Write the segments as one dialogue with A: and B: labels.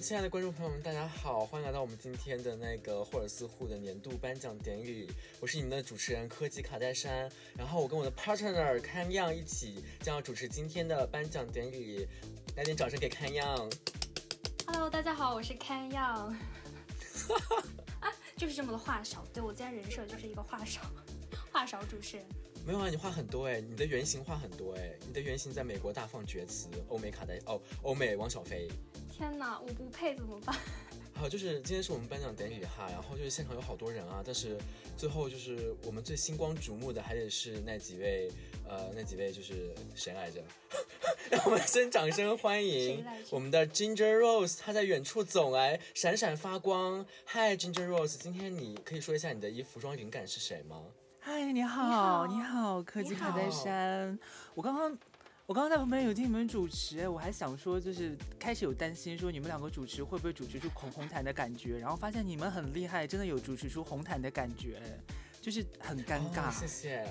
A: 亲爱的观众朋友们，大家好，欢迎来到我们今天的那个霍尔斯户的年度颁奖典礼。我是你们的主持人科技卡戴珊，然后我跟我的 partner 看样一起将要主持今天的颁奖典礼，来点掌声给看样。
B: Hello，大家好，我是 Can Yang。啊，就是这么的话少，对我今天人设就是一个话少，话少主持人。
A: 没有啊，你话很多哎，你的原型话很多哎，你的原型在美国大放厥词，欧美卡戴哦，欧美王小飞。
B: 天哪，我不配怎么办？
A: 好，呃就是今天是我们颁奖典礼哈，然后就是现场有好多人啊，但是最后就是我们最星光瞩目的还得是那几位，呃，那几位就是谁来着？ 让我们先掌声欢
B: 谁
A: 迎
B: 来着
A: 我们的 Ginger Rose，她在远处走来，闪闪发光。嗨，Ginger Rose，今天你可以说一下你的衣服装灵感是谁吗？
C: 嗨，你
B: 你好
C: 好，你好，科
B: 你
C: 技卡戴
A: 好
C: 珊。我刚刚，我刚刚在旁边有听你们主持，我还想说，就是开始有担心说你们两个主持会不会主持出红红毯的感觉，然后发现你们很厉害，真的有主持出红毯的感觉，就是很尴尬。
A: 哦谢谢，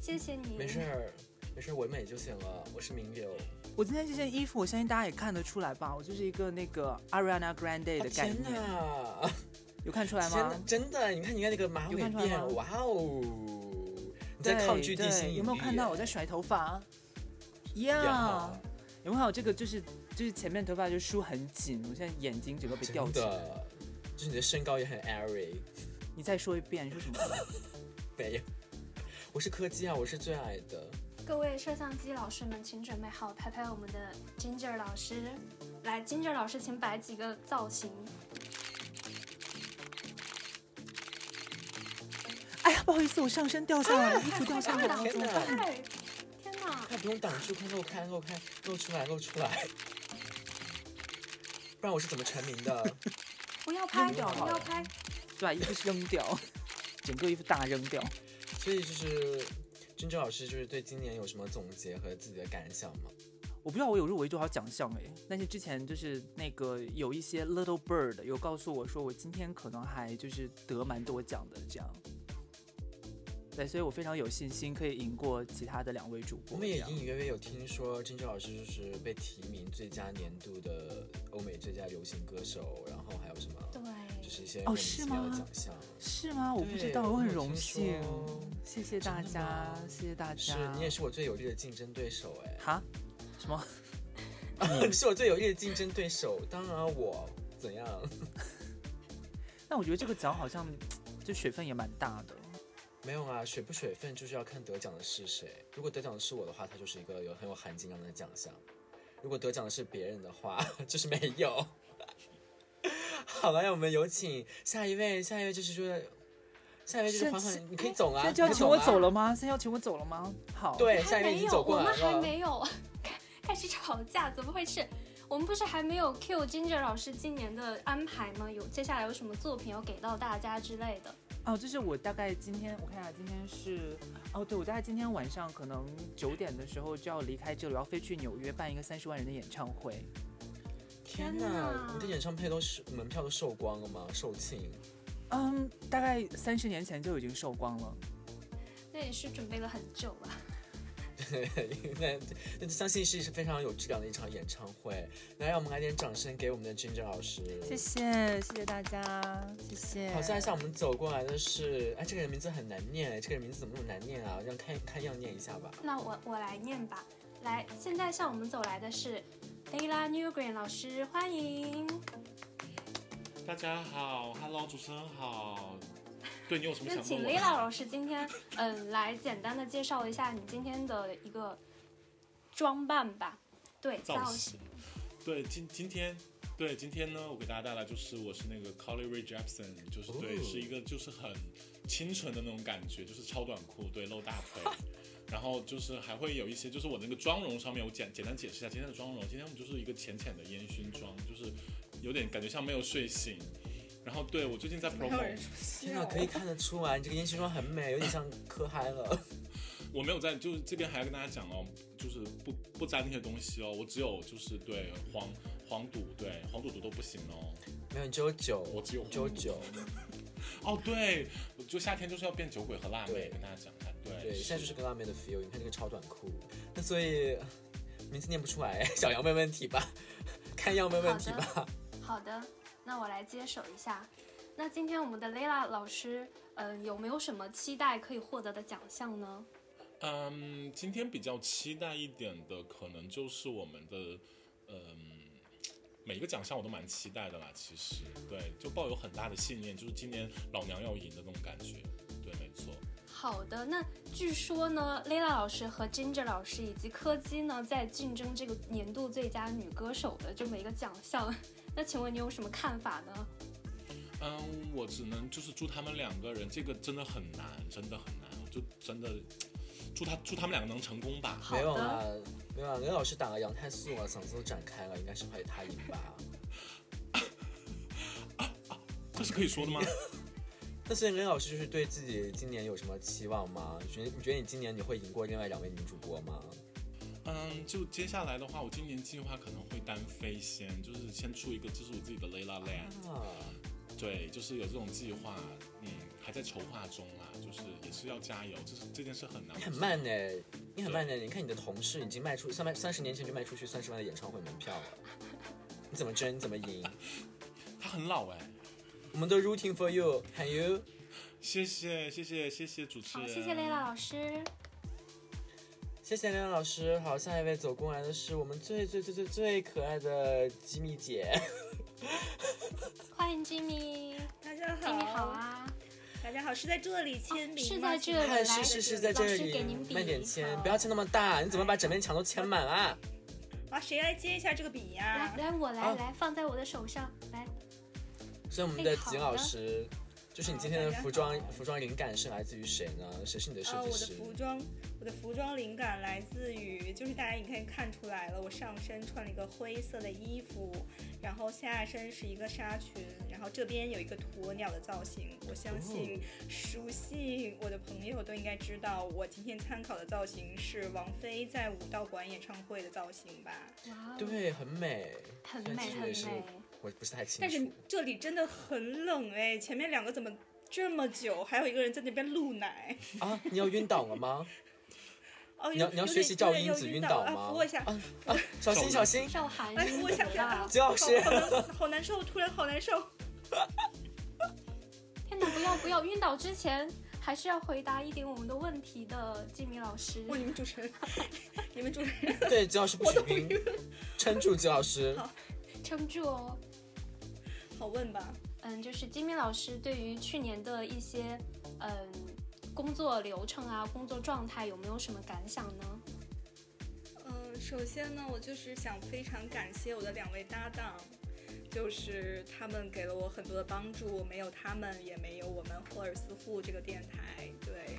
B: 谢谢你。
A: 没事儿，没事儿，唯美就行了。我是名流。
C: 我今天这件衣服，我相信大家也看得出来吧，我就是一个那个 Ariana Grande 的概
A: 啊天
C: 念，
A: 哪！
C: 有看出来
A: 天
C: 吗
A: 哪？真的，你看你看那个马尾
C: 有看出来吗
A: 辫，哇哦！你在
C: 对
A: 抗拒地
C: 对
A: 心引力，
C: 有没有看到我在甩头发？
A: 哎呀
C: 呀、有没有这个就是就是前面头发就梳很紧，我现在眼睛整个被吊
A: 真
C: 起来。
A: 的，就是你的身高也很 airy。
C: 你再说一遍，你说什么？
A: 没有， 我是柯基啊，我是最矮的。
B: 各位摄像机老师们，请准备好拍拍我们的 Ginger 老师。来，Ginger 老师，请摆几个 造型。
C: 哎呀，不好意思，我上身掉下来了，衣服掉下来
B: 快
C: 了，
B: 挡住！
C: 怎么办？
B: 快！天哪！
A: 快不用挡住，快露开，露开，露出来，露出来。 不然我是怎么成名的？
B: 不要拍，
C: 扔掉
B: 不
C: 好
B: 要
C: 了
B: 拍！
C: 就啊把衣服扔掉，整个衣服大扔掉。
A: 所以就是君哲老师，就是对今年有什么总结和自己的感想吗？
C: 我不知道我有入围多少奖项哎，但是之前就是那个有一些 Little Bird 有告诉我说，我今天可能还就是得蛮多奖的这样。对，所以我非常有信心可以赢过其他的两位主播。
A: 我们也
C: 这样
A: 隐隐约约有听说，金哲老师就是被提名最佳年度的欧美最佳流行歌手，然后还有什么，
B: 对，
A: 就是一些
C: 哦
A: 莫名其
C: 是
A: 妙的
C: 吗
A: 奖项。
C: 是吗？我不知道，
A: 对我
C: 我很
A: 有
C: 荣
A: 听
C: 幸啊
A: 说，
C: 谢谢大
A: 真的
C: 家
A: 吗，
C: 谢谢大家。
A: 是你也是我最有力的竞争对手哎、
C: 哈？什么？
A: 你是我最有力的竞争对手，当然我怎样？
C: 那我觉得这个奖好像就水分也蛮大的。
A: 没有啊，水不水分就是要看得奖的是谁。如果得奖的是我的话，它就是一个有很有含金量的奖项；如果得奖的是别人的话， 就是没有。 好了，让我们有请下一位，下一位就是说，下一位就是
C: 现
A: 缓
C: 在
A: 缓，你可以走了，
C: 现
B: 哎
C: 在就要
A: 啊你可以
C: 请我
A: 了
C: 走了吗？现在要请我走了吗？好，，
A: 对，哎下
B: 还
A: 一位已
B: 没
A: 经
B: 有，
A: 走过
B: 我
A: 来
B: 们还
A: 了。
B: 没有开始吵架，怎么回事？我们不是还没有 Q Ginger 老师今年的安排吗？有接下来有什么作品要给到大家之类的？
C: 哦，就是我大概今天，我看一下，今天是，哦，对，我大概今天晚上可能九点的时候就要离开这里，我要飞去纽约办一个三十万人的演唱会。
A: 天
B: 天
A: 哪
B: 哪，
A: 你的演唱会都是门票都售光了吗？售罄？
C: 嗯，大概三十年前就已经售光了。
B: 那也是准备了很久了。
A: 那那相信是是非常有质量的一场演唱会。来，让我们来点掌声给我们的 Ginger 老师。
C: 谢谢，谢谢大家，谢谢。
A: 好，现在向我们走过来的是，哎，这个人名字很难念，哎，这个人名字怎么那么难念啊？让看看样念一下吧。
B: 那我我来念吧。来，现在向我们走来的是 Layla Newgreen 老师，欢迎。
D: 大家好，Hello，主持人好。对你有什么
B: 那
D: 想
B: 请
D: 问
B: Layla
D: 我？
B: 老师今天，嗯，来简单的介绍一下你今天的一个装扮吧。对，
D: 造
B: 造
D: 型
B: 型。
D: 对，今今天，对今天呢，我给大家带来就是我是那个 Colly Ray Jepsen，就是对
A: 哦
D: 是一个就是很清纯的那种感觉，就是超短裤，对，露大
B: 哦
D: 腿，然后就是还会有一些就是我那个妆容上面，我简简单解释一下今天的妆容。今天我们就是一个浅浅的烟熏妆，就是有点感觉像没有睡醒。然后对我最近在 promo，
A: 天哪，可以看得出来，你这个烟熏妆很美，有点像磕嗨了。
D: 我没有在，就是这边还要跟大家讲哦，就是不不沾那些东西哦，我只有就是对黄黄赌，对黄赌毒都不行哦。
A: 没有，你只有酒，
D: 我只有
A: 只有酒。
D: 哦，对，我就夏天就是要变酒鬼和辣
A: 对
D: 妹，跟大家讲一下，对，
A: 对，现在就是个辣妹的 feel，你看这个超短裤。那 所以名字念不出来，小杨没问题吧？看样没问题吧？
B: 好的，那我来接手一下。那今天我们的 Lela 老师，嗯、有没有什么期待可以获得的奖项呢？
D: 嗯，今天比较期待一点的，可能就是我们的，嗯，每个奖项我都蛮期待的啦。其实，对，就抱有很大的信念，就是今年老娘要赢的那种感觉。对，没错。
B: 好的，那据说呢，Lela 老师和 Ginger 老师以及柯基呢，在竞争这个年度最佳女歌手的这么一个奖项。 那请问你有什么看法呢？
D: 嗯，我只能就是祝他们两个人，这个真的很难，真的很难，我就真的祝他祝他们两个能成功吧。
B: 好
A: 没有啊
B: 的，
A: 啦，没有啦，啊刘老师打了杨太素啊，嗓子都展开了，应该是会他赢吧。
D: 这是可以说 的吗？
A: 那所以林老师就是对自己今年有什么期望吗？你觉得你觉得你今年你会赢过另外两位女主播吗？
D: 嗯，就接下来的话，我今年计划可能会单飞先，就是先出一个，这是我自己的 Layla Land。
A: 啊，
D: 对，就是有这种计划，嗯，还在筹划中啦，就是也是要加油，这是这件事很难。
A: 你很慢呢、你很慢呢、你看你的同事已经卖出三百三十年前就卖出去三十万的演唱会门票了，你怎么争？你怎么赢？
D: 他很老哎、
A: 我们都 rooting for you，can you？
D: 谢谢谢谢谢谢主持
B: 好，
D: 人，
B: 谢谢 Lela 老师。
A: 谢谢梁老师。好，下一位走过来的是我们最最最最最可爱的吉米姐。
B: 欢迎 Jimmy，Jimmy
E: 大家好，
B: 好，啊！哦
E: 大家好，是在这里签名吗，
B: 是在这里
A: 看，
B: 来
A: 是是是，在这
B: 老师给
A: 里
B: 您笔
A: 慢点签，
E: 好
A: 不要签那么大，你怎么把整面墙都签满啦？
E: 啊，谁来接一下这个笔呀、
B: 来来，我来、
A: 啊
B: 来，放在我的手上，来，
A: 所以我们的景老师，就是你今天的服
E: 好
A: 装
E: 大家好
A: 服装灵感是来自于谁呢？谁是你的设
E: 啊，
A: 计
E: 我的
A: 师？
E: 服装，我的服装灵感来自于，就是大家你可以看出来了，我上身穿了一个灰色的衣服，然后下身是一个纱裙，然后这边有一个鸵鸟的造型。我相信
A: 哦
E: 熟悉我的朋友都应该知道，我今天参考的造型是王菲在武道馆演唱会的造型吧。
B: 哇哦，
A: 对，很美，
B: 很
A: 虽然
B: 美
A: 其实也
B: 很
A: 是
B: 美。
A: 我不是太清
E: 但是
A: 楚。
E: 这里真的很冷哎，前面两个怎么这么久？还有一个人在那边露奶。
A: 啊，你要晕倒了 吗？
E: 哦，
A: 你要
E: 有
A: 你要学习赵英子
E: 晕
A: 晕倒
E: 啊，
A: 吗
E: 扶我一下，
A: 啊啊，小心小心！
B: 受寒
E: 来
B: 晕
E: 哎扶我一下，
B: 毒
E: 扶我一下
B: 了，
A: 金老师
E: 好好难好难受，突然好难 受。哦
B: 天哪！不要不要，晕倒之前还是要回答一点我们的问题的，吉米老师。
E: 哇，你们主持人，你们主持人，
A: 对，金老师不
E: 我
A: 许
E: 都不
A: 晕，撑住，金老师。
E: 好
B: 撑住哦。
E: 好问吧？
B: 嗯，就是金明老师对于去年的一些嗯工作流程啊、工作状态有没有什么感想呢？
E: 嗯，首先呢，我就是想非常感谢我的两位搭档，就是他们给了我很多的帮助，没有他们也没有我们霍尔斯户这个电台，对，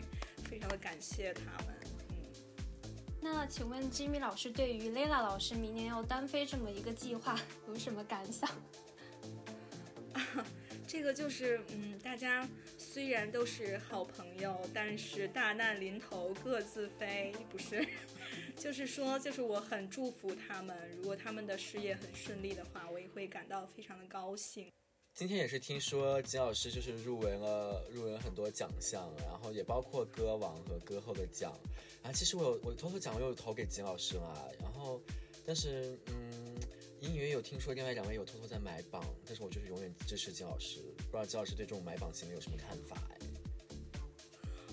E: 非常的感谢他们。嗯，
B: 那请问吉米老师对于 Lela 老师明年要单飞这么一个计划有什么感想？
E: 这个就是，嗯，大家虽然都是好朋友，但是大难临头各自飞，不是？ 就是说，就是我很祝福他们，如果他们的事业很顺利的话，我也会感到非常的高兴。
A: 今天也是听说金老师就是入围了入围了很多奖项，然后也包括歌王和歌后的奖。然后其实我有我偷偷讲，我有投给金老师嘛。然后，但是嗯，隐隐约约有听说另外两位有偷偷在买榜，但是我就是永远支持金老师。不知道金老师对这种买榜行为有什么看法？哎，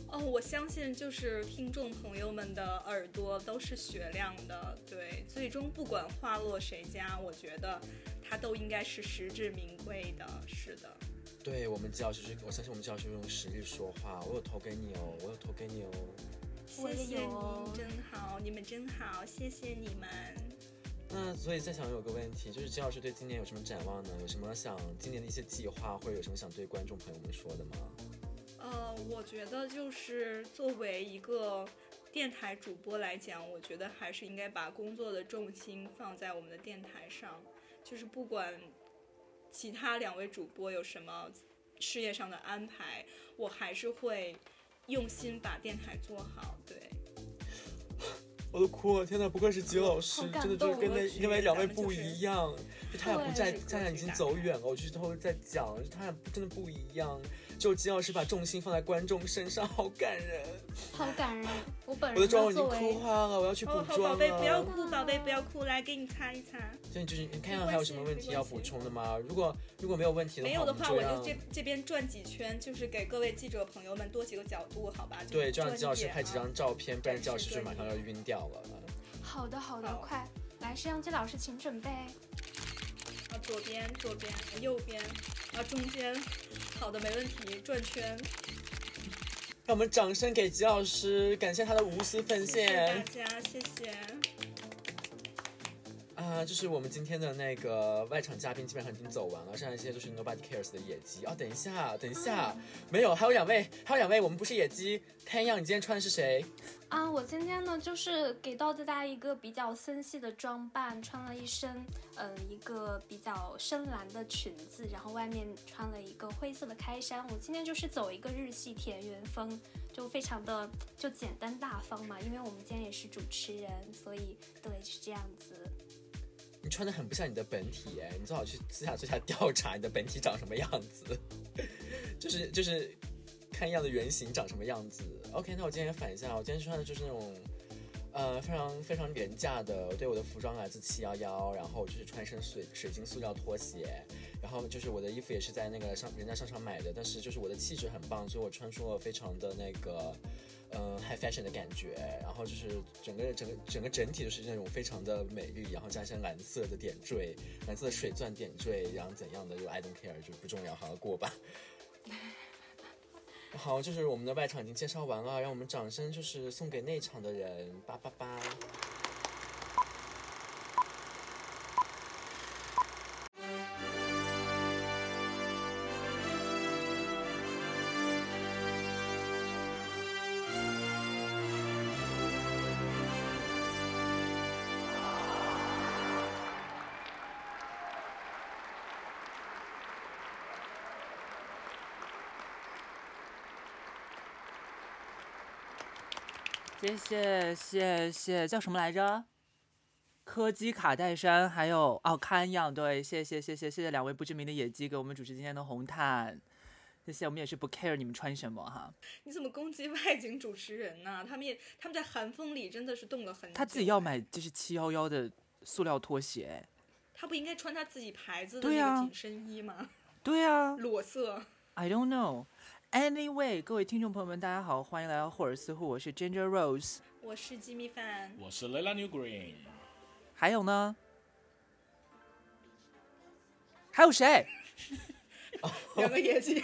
E: 哦，我相信就是听众朋友们的耳朵都是雪亮的，对，最终不管花落谁家，我觉得它都应该是实至名归的。是的，
A: 对我们金老师是，我相信我们金老师用实力说话。我有投给你哦，我有投给你哦。
B: 我
E: 谢
B: 也
E: 谢
B: 有哦
E: 您，真好，你们真好，谢谢你们。
A: 那所以在想有个问题，就是金老师对今年有什么展望呢？有什么想今年的一些计划，或者有什么想对观众朋友们说的吗？
E: 呃，我觉得就是作为一个电台主播来讲，我觉得还是应该把工作的重心放在我们的电台上，就是不管其他两位主播有什么事业上的安排，我还是会用心把电台做好。对，
A: 我都哭了！天哪，不愧是吉老师，
B: 好感
A: 真的就是
B: 动
A: 跟
E: 我
A: 那
E: 也觉得
A: 另外两位
E: 啊咱们就
A: 不
E: 是
A: 一样。就他俩不
B: 对
A: 在，
E: 就是
A: 他俩已
E: 格局
A: 经
E: 大
A: 走远了。我就是偷偷在讲，就他俩真的不一样。就吉老师把重心放在观众身上，好感人。
B: 好感人，我本
A: 我的妆
E: 然后
A: 容已经
E: 作为
A: 哭花了，我要去补
E: 哦，好
A: 妆
E: 宝贝，不要
A: 了。
E: 哭，宝贝不要哭，来给你擦一擦。
A: 所以就是你看
E: 没
A: 看还
E: 关
A: 有
E: 系
A: 什么问
E: 没
A: 题
E: 关
A: 要
E: 系
A: 补充的吗？如果如果没有问题的
E: 没
A: 话，
E: 有的话，我
A: 们
E: 就
A: 就
E: 这
A: 让
E: 这边转几圈，就是给各位记者朋友们多几个角度，好吧？
A: 对，
E: 就
A: 这
E: 是
A: 样季老师
E: 专业
A: 拍几张
E: 啊。
A: 照片，不然
E: 展
A: 季老
E: 示
A: 师就
E: 专
A: 马上
E: 业
A: 要晕掉了。
B: 好的，好的，
E: 好
B: 快来，摄像机老师请准备。
E: 啊，左边，左边，右边，啊，中间。好的，没问题，转圈。
A: 让我们掌声给季老师，感谢他的无私奉
E: 谢谢大
A: 献
E: 家，谢谢。
A: 啊！就是我们今天的那个外场嘉宾基本上已经走完了，剩下一些就是 Nobody Cares 的野鸡。哦，等一下，等一下，
E: 嗯
A: 没有，还有两位，还有两位，我们不是野鸡。太阳，你今天穿的是谁？
B: 啊，我今天呢，就是给到大家一个比较森系的装扮，穿了一身，嗯、一个比较深蓝的裙子，然后外面穿了一个灰色的开衫。我今天就是走一个日系田园风，就非常的就简单大方嘛。因为我们今天也是主持人，所以对是这样子。
A: 你穿的很不像你的本体哎，你最好去私下私下调查你的本体长什么样子， 就是就是看样的原型长什么样子。OK，那我今天反一下，我今天穿的就是那种呃非常非常廉价的，对我的服装来啊自七幺幺，然后就是穿一身水水晶塑料拖鞋，然后就是我的衣服也是在那个商人家商场买的，但是就是我的气质很棒，所以我穿出了非常的那个。嗯 high fashion 的感觉，然后就是整个整个整个整体就是那种非常的美丽，然后加上蓝色的点缀，蓝色的水钻点缀，然后怎样的就 I don't care 就不重要，好好过吧。 好，就是我们的外场已经介绍完了，让我们掌声就是送给内场的人，叭叭叭。
C: 谢谢谢谢，叫什么来着？柯基卡戴珊，还有哦堪样，对，谢谢谢谢谢谢两位不知名的野鸡给我们主持今天的红毯，谢谢，我们也是不 care 你们穿什么哈，
E: 你怎么攻击外景主持人呢、他们也，他们在寒风里真的是冻了很久。
C: 他自己要，买就是七幺幺的塑料拖鞋，
E: 他不应该穿他自己牌子的
C: 对啊
E: 那
C: 呀
E: 个紧身衣吗？
C: 对啊，
E: 裸色。
C: I don't know. Anyway，各位听众朋友们，大家好，欢迎来到霍尔斯户，我是 Ginger Rose。
E: 我是鸡米饭，
D: 我是 Lela New Green，
C: 还有呢？还有谁？
E: 两个野鸡。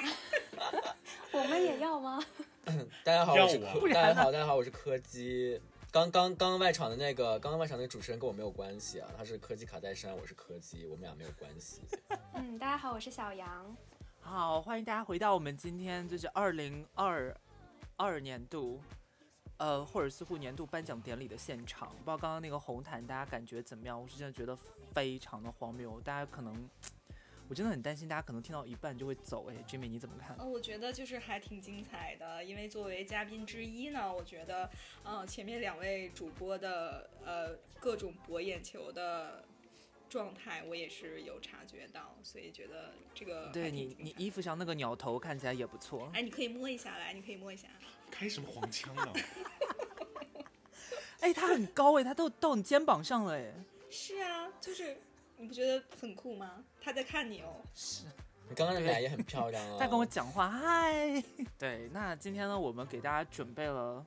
B: 我们也要吗？
A: 大家好，
D: 要
A: 我是
D: 我
A: 柯，大家好，大家好，我是柯基。刚刚刚外场的那个，刚刚外场那个主持人跟我没有关系啊，他是柯基卡戴珊，我是柯基，我们俩没有关系。
B: 嗯，大家好，我是小杨。
C: 好，欢迎大家回到我们今天就是二零二二年度，呃，霍尔斯户年度颁奖典礼的现场。不知道刚刚那个红毯大家感觉怎么样？我是真的觉得非常的荒谬，大家可能，我真的很担心大家可能听到一半就会走。哎，Jimmy 你怎么看？
E: 呃，我觉得就是还挺精彩的，因为作为嘉宾之一呢，我觉得，呃，前面两位主播的呃各种博眼球的状态，我也是有察觉到，所以觉得这个还
C: 对
E: 挺
C: 你，
E: 精
C: 你
E: 彩
C: 衣服上那个鸟头看起来也不错。
E: 哎，你可以摸一下来，你可以摸一下，
D: 开什么黄腔啊？
C: 哎，它很高哎，它都到你肩膀上了哎。
E: 是啊，就是你不觉得很酷吗？他在看你哦，
A: 你刚刚那俩也很漂亮啊。
C: 他跟我讲话，嗨。呃 对，那今天呢，我们给大家准备了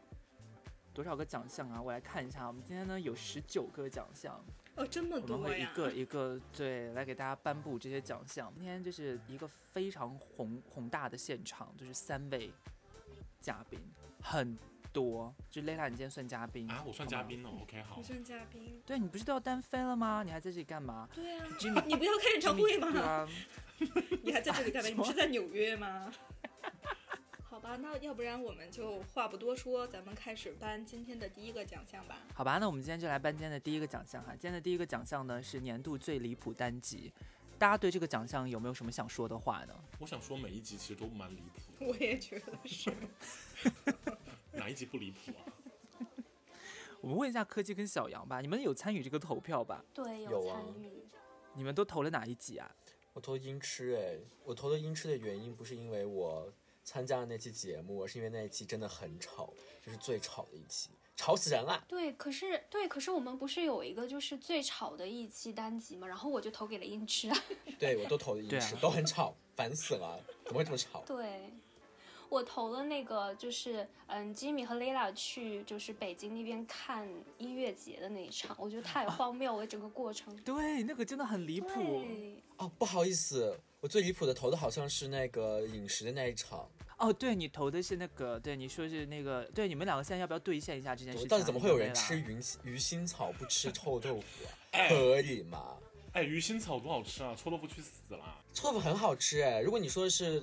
C: 多少个奖项啊？我来看一下，我们今天呢有十九个奖项，
E: 哦，这么
C: 我们
E: 多
C: 会一
E: 呀，
C: 个一个对来给大家颁布这些奖项。今天就是一个非常宏宏大的现场，就是三位嘉宾，很多。就 Lela，你今天算嘉宾
D: 啊，我算
C: 好吗
D: 嘉。宾了，OK 好
E: 你。算嘉宾，
C: 对你不是都要单飞了吗？你还在这里干嘛
E: 对啊，
C: ？Jimmy，
E: 你不要开演唱
C: Jimmy，
E: 会吗？
C: 对啊，
E: 你还在这里干
C: 啊
E: 嘛？你不是在纽约吗？ 好吧，那要不然我们就话不多说，咱们开始颁今天的第一个奖项吧。
C: 好吧，那我们今天就来颁今天的第一个奖项哈。今天的第一个奖项呢是年度最离谱单集，大家对这个奖项有没有什么想说的话呢？
D: 我想说每一集其实都蛮离谱，
E: 我也觉得是，
D: 哪一集不离谱啊？
C: 我们问一下柯基跟小杨吧，你们有参与这个投票吧？
B: 对，
A: 有啊
B: 参与。
C: 你们都投了哪一集啊？
A: 我投音痴哎，我投的音痴的原因不是因为我参加了那期节目，而是因为那一期真的很吵，就是最吵的一期，吵死人了。
B: 对，可是对，可是我们不是有一个就是最吵的一期单集嘛，然后我就投给了音痴啊。
A: 对我都投了一
C: 对
A: 次，
C: 啊
A: 都很吵，烦死了，怎么会这么吵？
B: 对，我投了那个就是嗯吉米和 Lila 去就是北京那边看音乐节的那一场，我觉得 太荒谬了，整个过程。
C: 对，那个真的很离谱
B: 对，
A: 哦，不好意思，我最离谱的投的好像是那个饮食的那一场，
C: 哦。对你投的是那个，对你说是那个，对你们两个现在要不要兑现一下这件事情啊？
A: 到底怎么会有人
C: 你们
A: 吃
C: 俩？
A: 鱼鱼腥草不吃臭豆腐啊？
D: 哎
A: 合理吗？
D: 哎，鱼腥草多好吃啊！臭豆腐去死啦！
A: 臭豆腐很好吃哎，如果你说的是，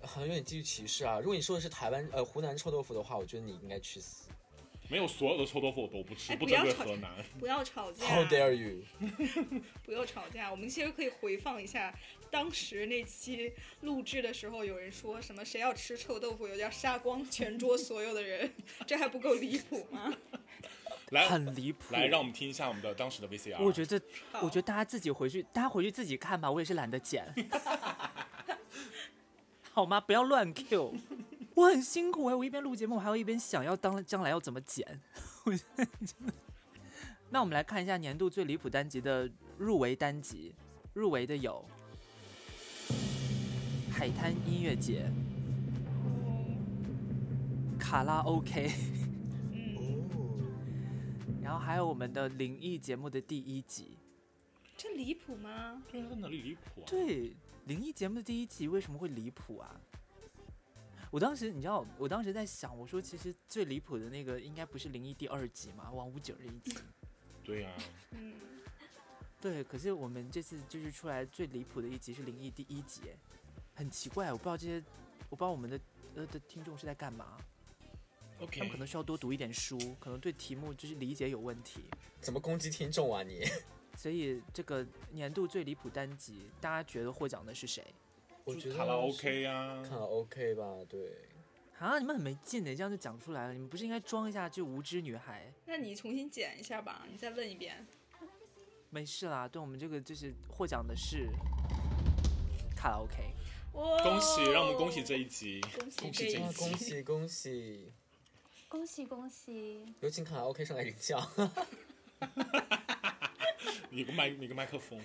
A: 好像有点地域歧视啊。如果你说的是台湾呃湖南臭豆腐的话，我觉得你应该去死。
D: 没有所有的臭豆腐我都不吃，
E: 哎
D: 不
E: 不
D: 针
E: 要
D: 对
E: 吵
D: 河南。
E: 不要吵 架，
A: How dare you！
E: 不要吵架。我们其实可以回放一下当时那期录制的时候，有人说什么谁要吃臭豆腐，有点杀光全桌所有的人， 这还不够离谱 吗？
D: 来
C: 很离谱。
D: 来，让我们听一下我们的当时的
A: 啊
D: VCR。
C: 我觉
D: 得
C: 得，我觉得大家自己回去，大家回去自己看吧，我也是懒得剪， 好吗？不要乱 Q，我 很辛苦哎、我一边录节目，我还要一边想要当将来要怎么剪， 我觉得真的。那我们来看一下年度最离谱单集的入围单集，入围的有海滩音乐节、
E: 嗯
C: 卡拉 OK，
E: 嗯，
A: 哦
C: 然后还有我们的灵异节目的第一集。
E: 这离谱吗？
D: 对他哪里离谱啊？
C: 对，灵异节目的第一集为什么会离谱啊？我当时你知道，我当时在想，我说其实最离谱的那个应该不是灵异第二集嘛，王五九这一集。
D: 对呀、啊，
E: 嗯，
C: 对，可是我们这次就是出来最离谱的一集是灵异第一集，很奇怪，我不知道这些，我不知道我们的呃的听众是在干嘛，他
D: OK
C: 们可能需要多读一点书，可能对题目就是理解有问题。
A: 怎么攻击听众啊你？
C: 所以这个年度最离谱单集，大家觉得获奖的是谁？
A: 我
D: 就
A: 觉得
D: 是卡拉 OK 呀、
A: 看了 OK 吧？对，
C: 啊，你们很没劲的，这样就讲出来了，你们不是应该装一下就无知女孩？
E: 那你重新剪一下吧，你再问一遍。
C: 没事啦，对我们这个就是获奖的是卡拉 OK。
E: 哇
D: 恭喜，让我们恭喜这一集，
E: 恭喜
D: 恭
E: 这
D: 喜这
E: 一
D: 一
A: 啊
E: 集
A: 恭喜恭喜！
B: 恭喜恭喜！
A: 有请卡拉 OK 上来领奖。
D: 有个麦有个麦克风，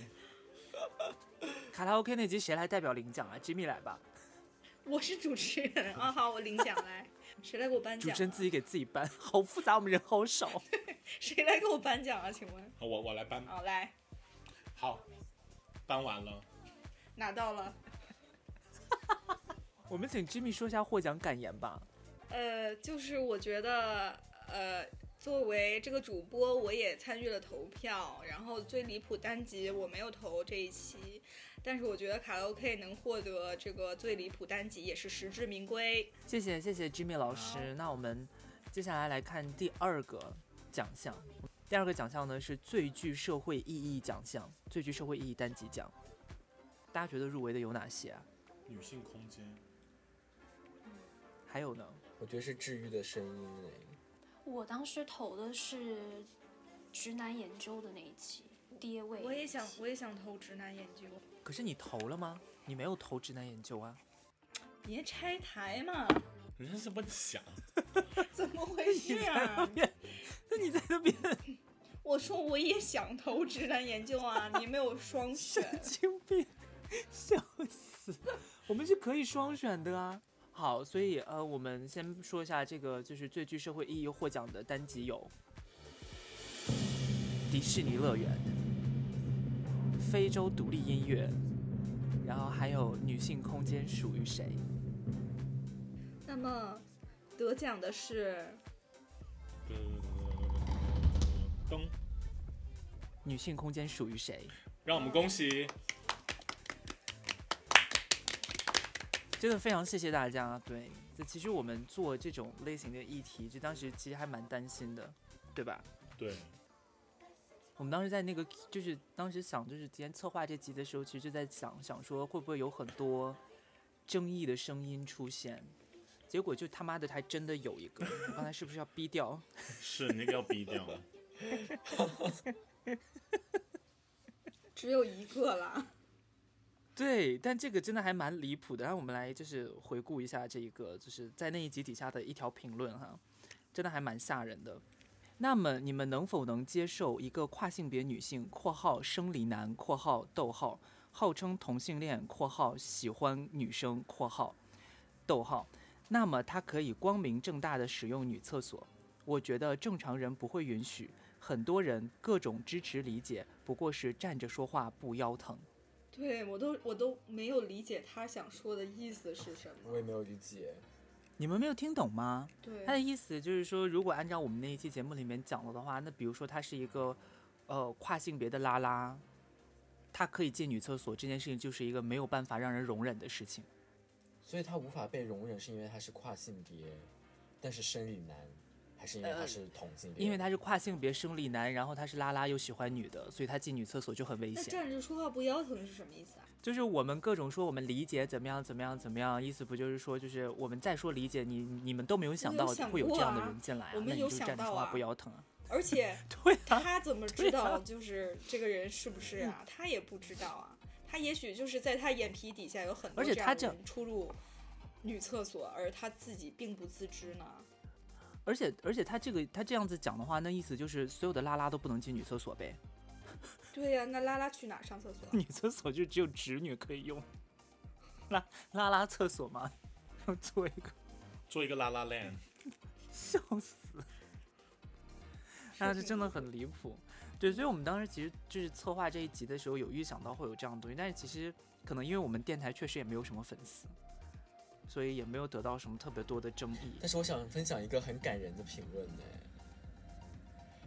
C: 卡拉 OK 那集谁来代表领奖啊？Jimmy 来吧，
E: 我是主持人啊，好，我领奖 来。谁来给我颁
C: 主
E: 奖、
C: 持 人自
E: 啊？
C: 己给自己颁， 好复杂，我们人好少。
E: 谁来给我颁奖啊？请问，
D: 好我我来搬，
E: 好来，
D: 好，搬完了，
E: 拿到了。
C: 我们请 Jimmy 说一下获奖感言吧。
E: 呃，就是我觉得，呃，作为这个主播，我也参与了投票，然后最离谱单集我没有投这一期，但是我觉得卡拉 OK 能获得这个最离谱单集也是实至名归。
C: 谢谢谢谢 Jimmy 老师。那我们接下来来看第二个奖项，第二个奖项呢是最具社会意义奖项，最具社会意义单集奖。大家觉得入围的有哪些啊？
D: 女性空间，
C: 还有呢？
A: 我觉得是治愈的声音哎。
B: 我当时投的是直男研究的那一期，爹位。
E: 我也想，我也想投直男研究，
C: 可是你投了吗？你没有投直男研究啊？
E: 别拆台嘛，
D: 人家是不想，
E: 怎么回事 啊？
C: 那你在那边。
E: 我说我也想投直男研究啊，你没有双选
C: 经病，笑死！我们是可以双选的啊。好，所以呃，我们先说一下这个就是最具社会意义获奖的单集有迪士尼乐园、非洲独立音乐，然后还有女性空间属于谁？
E: 那么得奖的是
D: 噔，
C: 女性空间属于谁？
D: 让我们恭喜，
C: 真的非常谢谢大家。对，这其实我们做这种类型的议题，就当时其实还蛮担心的，对吧？
D: 对，
C: 我们当时在那个，就是当时想，就是今天策划这集的时候，其实就在想，想说会不会有很多争议的声音出现。结果就他妈的还真的有一个，我刚才是不是要逼掉？
D: 是那个要逼掉，
E: 只有一个啦。
C: 对，但这个真的还蛮离谱的。让我们来就是回顾一下这一个，就是在那一集底下的一条评论哈，真的还蛮吓人的。那么你们能否能接受一个跨性别女性（括号生理男）（括号逗号）号称同性恋（括号喜欢女生）（括号逗号）？那么她可以光明正大的使用女厕所？我觉得正常人不会允许，很多人各种支持理解，不过是站着说话不腰疼。
E: 对我都我都没有理解他想说的意思是什么。
A: 我也没有理解。
C: 你们没有听懂吗？
E: 对
C: 他，的意思就是说，如果按照我们那一期节目里面讲了的话，那比如说他是一个呃跨性别的拉拉，他可以进女厕所这件事情就是一个没有办法让人容忍的事情。
A: 所以他无法被容忍，是因为他是跨性别，但是生理男，还呃是因为他是同性恋？
C: 因为他是跨性别生理男，然后他是拉拉又喜欢女的，所以他进女厕所就很危
E: 那
C: 险。
E: 站着说话不腰疼是什么意思啊？
C: 就是我们各种说我们理解怎么样怎么样怎么样，意思不就是说就是我们再说理解你你们都没有想
E: 我有
C: 到
E: 想
C: 会有
E: 过
C: 这样的
E: 啊
C: 人进来、啊，
E: 我们
C: 那你
E: 有
C: 就
E: 想
C: 站着
E: 到
C: 说话
E: 啊
C: 不腰疼 啊。
E: 而且
C: 对啊，
E: 他怎么
C: 对
E: 知道就是 这个人是不是啊？他也不知道啊。他也许就是在他眼皮底下有很多
C: 而且
E: 这
C: 他
E: 样
C: 这
E: 的人出入女厕所，而他自己并不自知呢。
C: 而且而且他这个他这样子讲的话，那意思就是所有的拉拉都不能进女厕所呗，
E: 对呀、那拉拉去哪儿上厕所啊？
C: 女厕所就只有直女可以用，拉拉拉厕所嘛， 要做一个
D: 做一个拉拉 land，
C: 笑死。那是真的很离谱，对，所以我们当时其实就是策划这一集的时候有预想到会有这样的东西，但是其实可能因为我们电台确实也没有什么粉丝，所以也没有得到什么特别多的争议。
A: 但是我想分享一个很感人的评论呢，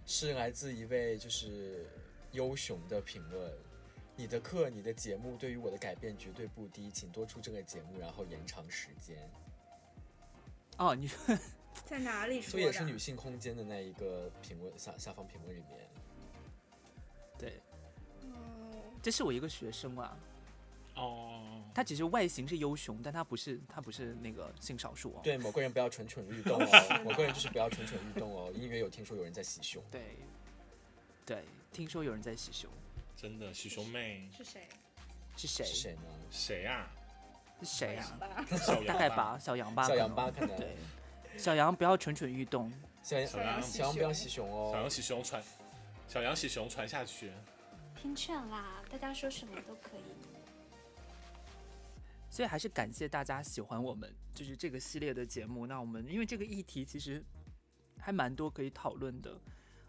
A: 是来自一位就是优雄的评论。你的课，你的节目对于我的改变绝对不低，请多出这个节目，然后延长时间。
C: 哦，你
E: 在哪里
A: 这
E: 说的？啊
A: 也是女性空间的那一个评论下下方评论里面，
C: 对，
E: 哦
C: 这是我一个学生啊，
D: 哦，
C: 他只是外形是优雄，但他不是他不是那个性少数哦。
A: 对某个人不要蠢蠢欲动哦，某个人就是不要蠢蠢欲动哦。隐约有听说有人在袭胸，
C: 对对，听说有人在洗胸，
D: 真的喜熊妹
E: 是谁？
C: 是谁？
A: 是谁呢？
D: 谁 啊？
C: 是谁呀、
E: 好吧，
D: 小啊
C: 大
D: 羊
C: 概吧，小羊吧，
A: 小羊
C: 可
A: 吧，
C: 能
A: 可能
C: 对。小羊不要蠢蠢欲动，
A: 小羊
D: 小羊
A: 小羊不要袭胸
D: 小
A: 哦
D: 羊。喜熊传，小羊喜熊传下去。
B: 听劝啦，大家说什么都可以。
C: 所以还是感谢大家喜欢我们就是这个系列的节目。那我们因为这个议题其实还蛮多可以讨论的，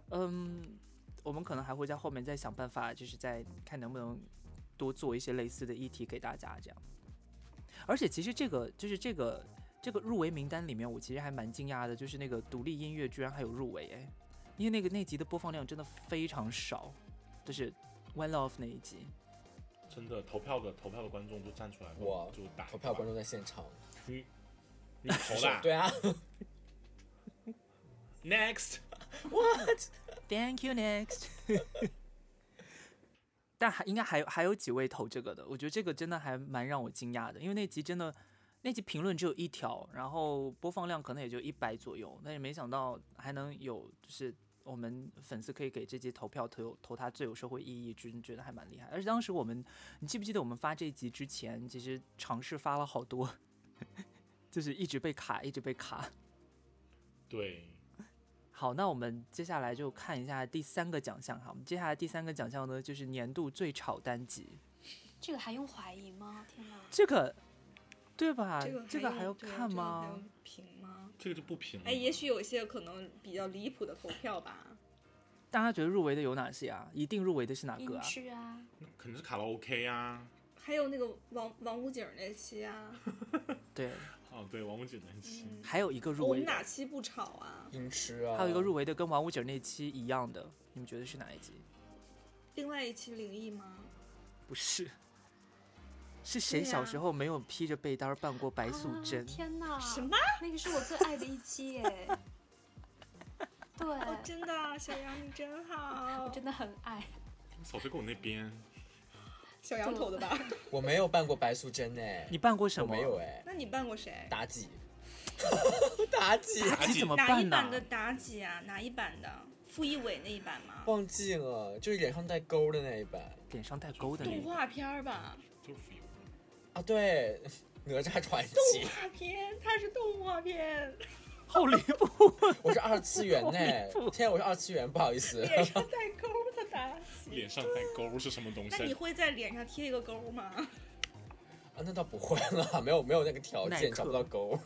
C: 嗯，我们可能还会在后面再想办法，就是再看能不能多做一些类似的议题给大家这样。而且其实这个就是这个这个入围名单里面，我其实还蛮惊讶的，就是那个独立音乐居然还有入围哎，因为那个那集的播放量真的非常少，就是 One Love 那一集。
D: 真的，投票的投票的观众就站出来，
A: 我
D: 就打
A: 投票观众在现场，，
D: 你你投啦
A: 对啊，
D: ，next，
C: Thank you next 。但还应该还有还有几位投这个的，我觉得这个真的还蛮让我惊讶的，因为那集真的那集评论只有一条，然后播放量可能也就一百左右，但是没想到还能有就是我们粉丝可以给这集投票投投它最有社会意义，真觉得还蛮厉害。而且当时我们，你记不记得我们发这一集之前，其实尝试发了好多， 就是一直被卡，一直被卡。
D: 对，
C: 好，那我们接下来就看一下第三个奖项哈。我们接下来第三个奖项呢，就是年度最吵单集，
B: 这个还用怀疑吗？天哪！
C: 这个对吧？
E: 这个
C: 这个还
E: 还
C: 要
E: 用对啊
C: 看
E: 这个还
C: 吗？嗯
E: 用评吗？
D: 这个就不平了。
E: 哎，也许有一些可能比较离谱的投票吧。
C: 大家觉得入围的有哪些啊？一定入围的是哪个
B: 音
C: 啊？
B: 质啊，
D: 肯定是卡拉 OK 啊。
E: 还有那个王王武警那期啊，
C: 对，
D: 哦，对，王文景那期，
E: 嗯，
C: 还有一个入
E: 我
C: 围
E: 们
C: 的，
E: 哪期不吵啊？
A: 音痴啊，
C: 还有一个入围的跟王五九那期一样的，你们觉得是哪一集？
E: 另外一期灵异吗？
C: 不是，是谁
E: 对
C: 小
E: 呀
C: 时候没有披着被单儿扮过白素贞
B: 啊？天哪！
E: 什么？
B: 那个是我最爱的一期耶。 对，
E: 哦，真的啊，小杨你真好
B: 我，真的很爱。
D: 小水狗那边，
E: 小杨投的吧？
A: 我没有扮过白素贞呢，
C: 你扮过什
A: 我
C: 么？
A: 没有哎，
E: 那你扮过谁？
A: 妲己， 妲己
C: 妲己
D: 妲己
C: 怎么
E: 哪
C: 办
E: 一
C: 呢、
E: 版的妲己啊？哪一版的？傅艺伟那一版吗？
A: 忘记了，就是脸上带钩的那一版，
C: 脸上带钩的那
E: 动
C: 个，
E: 画片儿吧？
D: 就是有
A: 啊，对， 哪吒传
E: 动
A: 奇，
E: 画片，它是动画片，
C: 好离谱！
A: 我是二次元呢
C: 恐怖，
A: 天啊，我是二次元，不好意 思。啊
E: 脸上带钩的妲己。
D: 脸上带钩是什么东
E: 那你
D: 西？
E: 会在脸上贴一个钩吗？
A: 啊，那倒不会了， 没有没有那个条
C: 耐
A: 件，
C: 克
A: 找不到狗。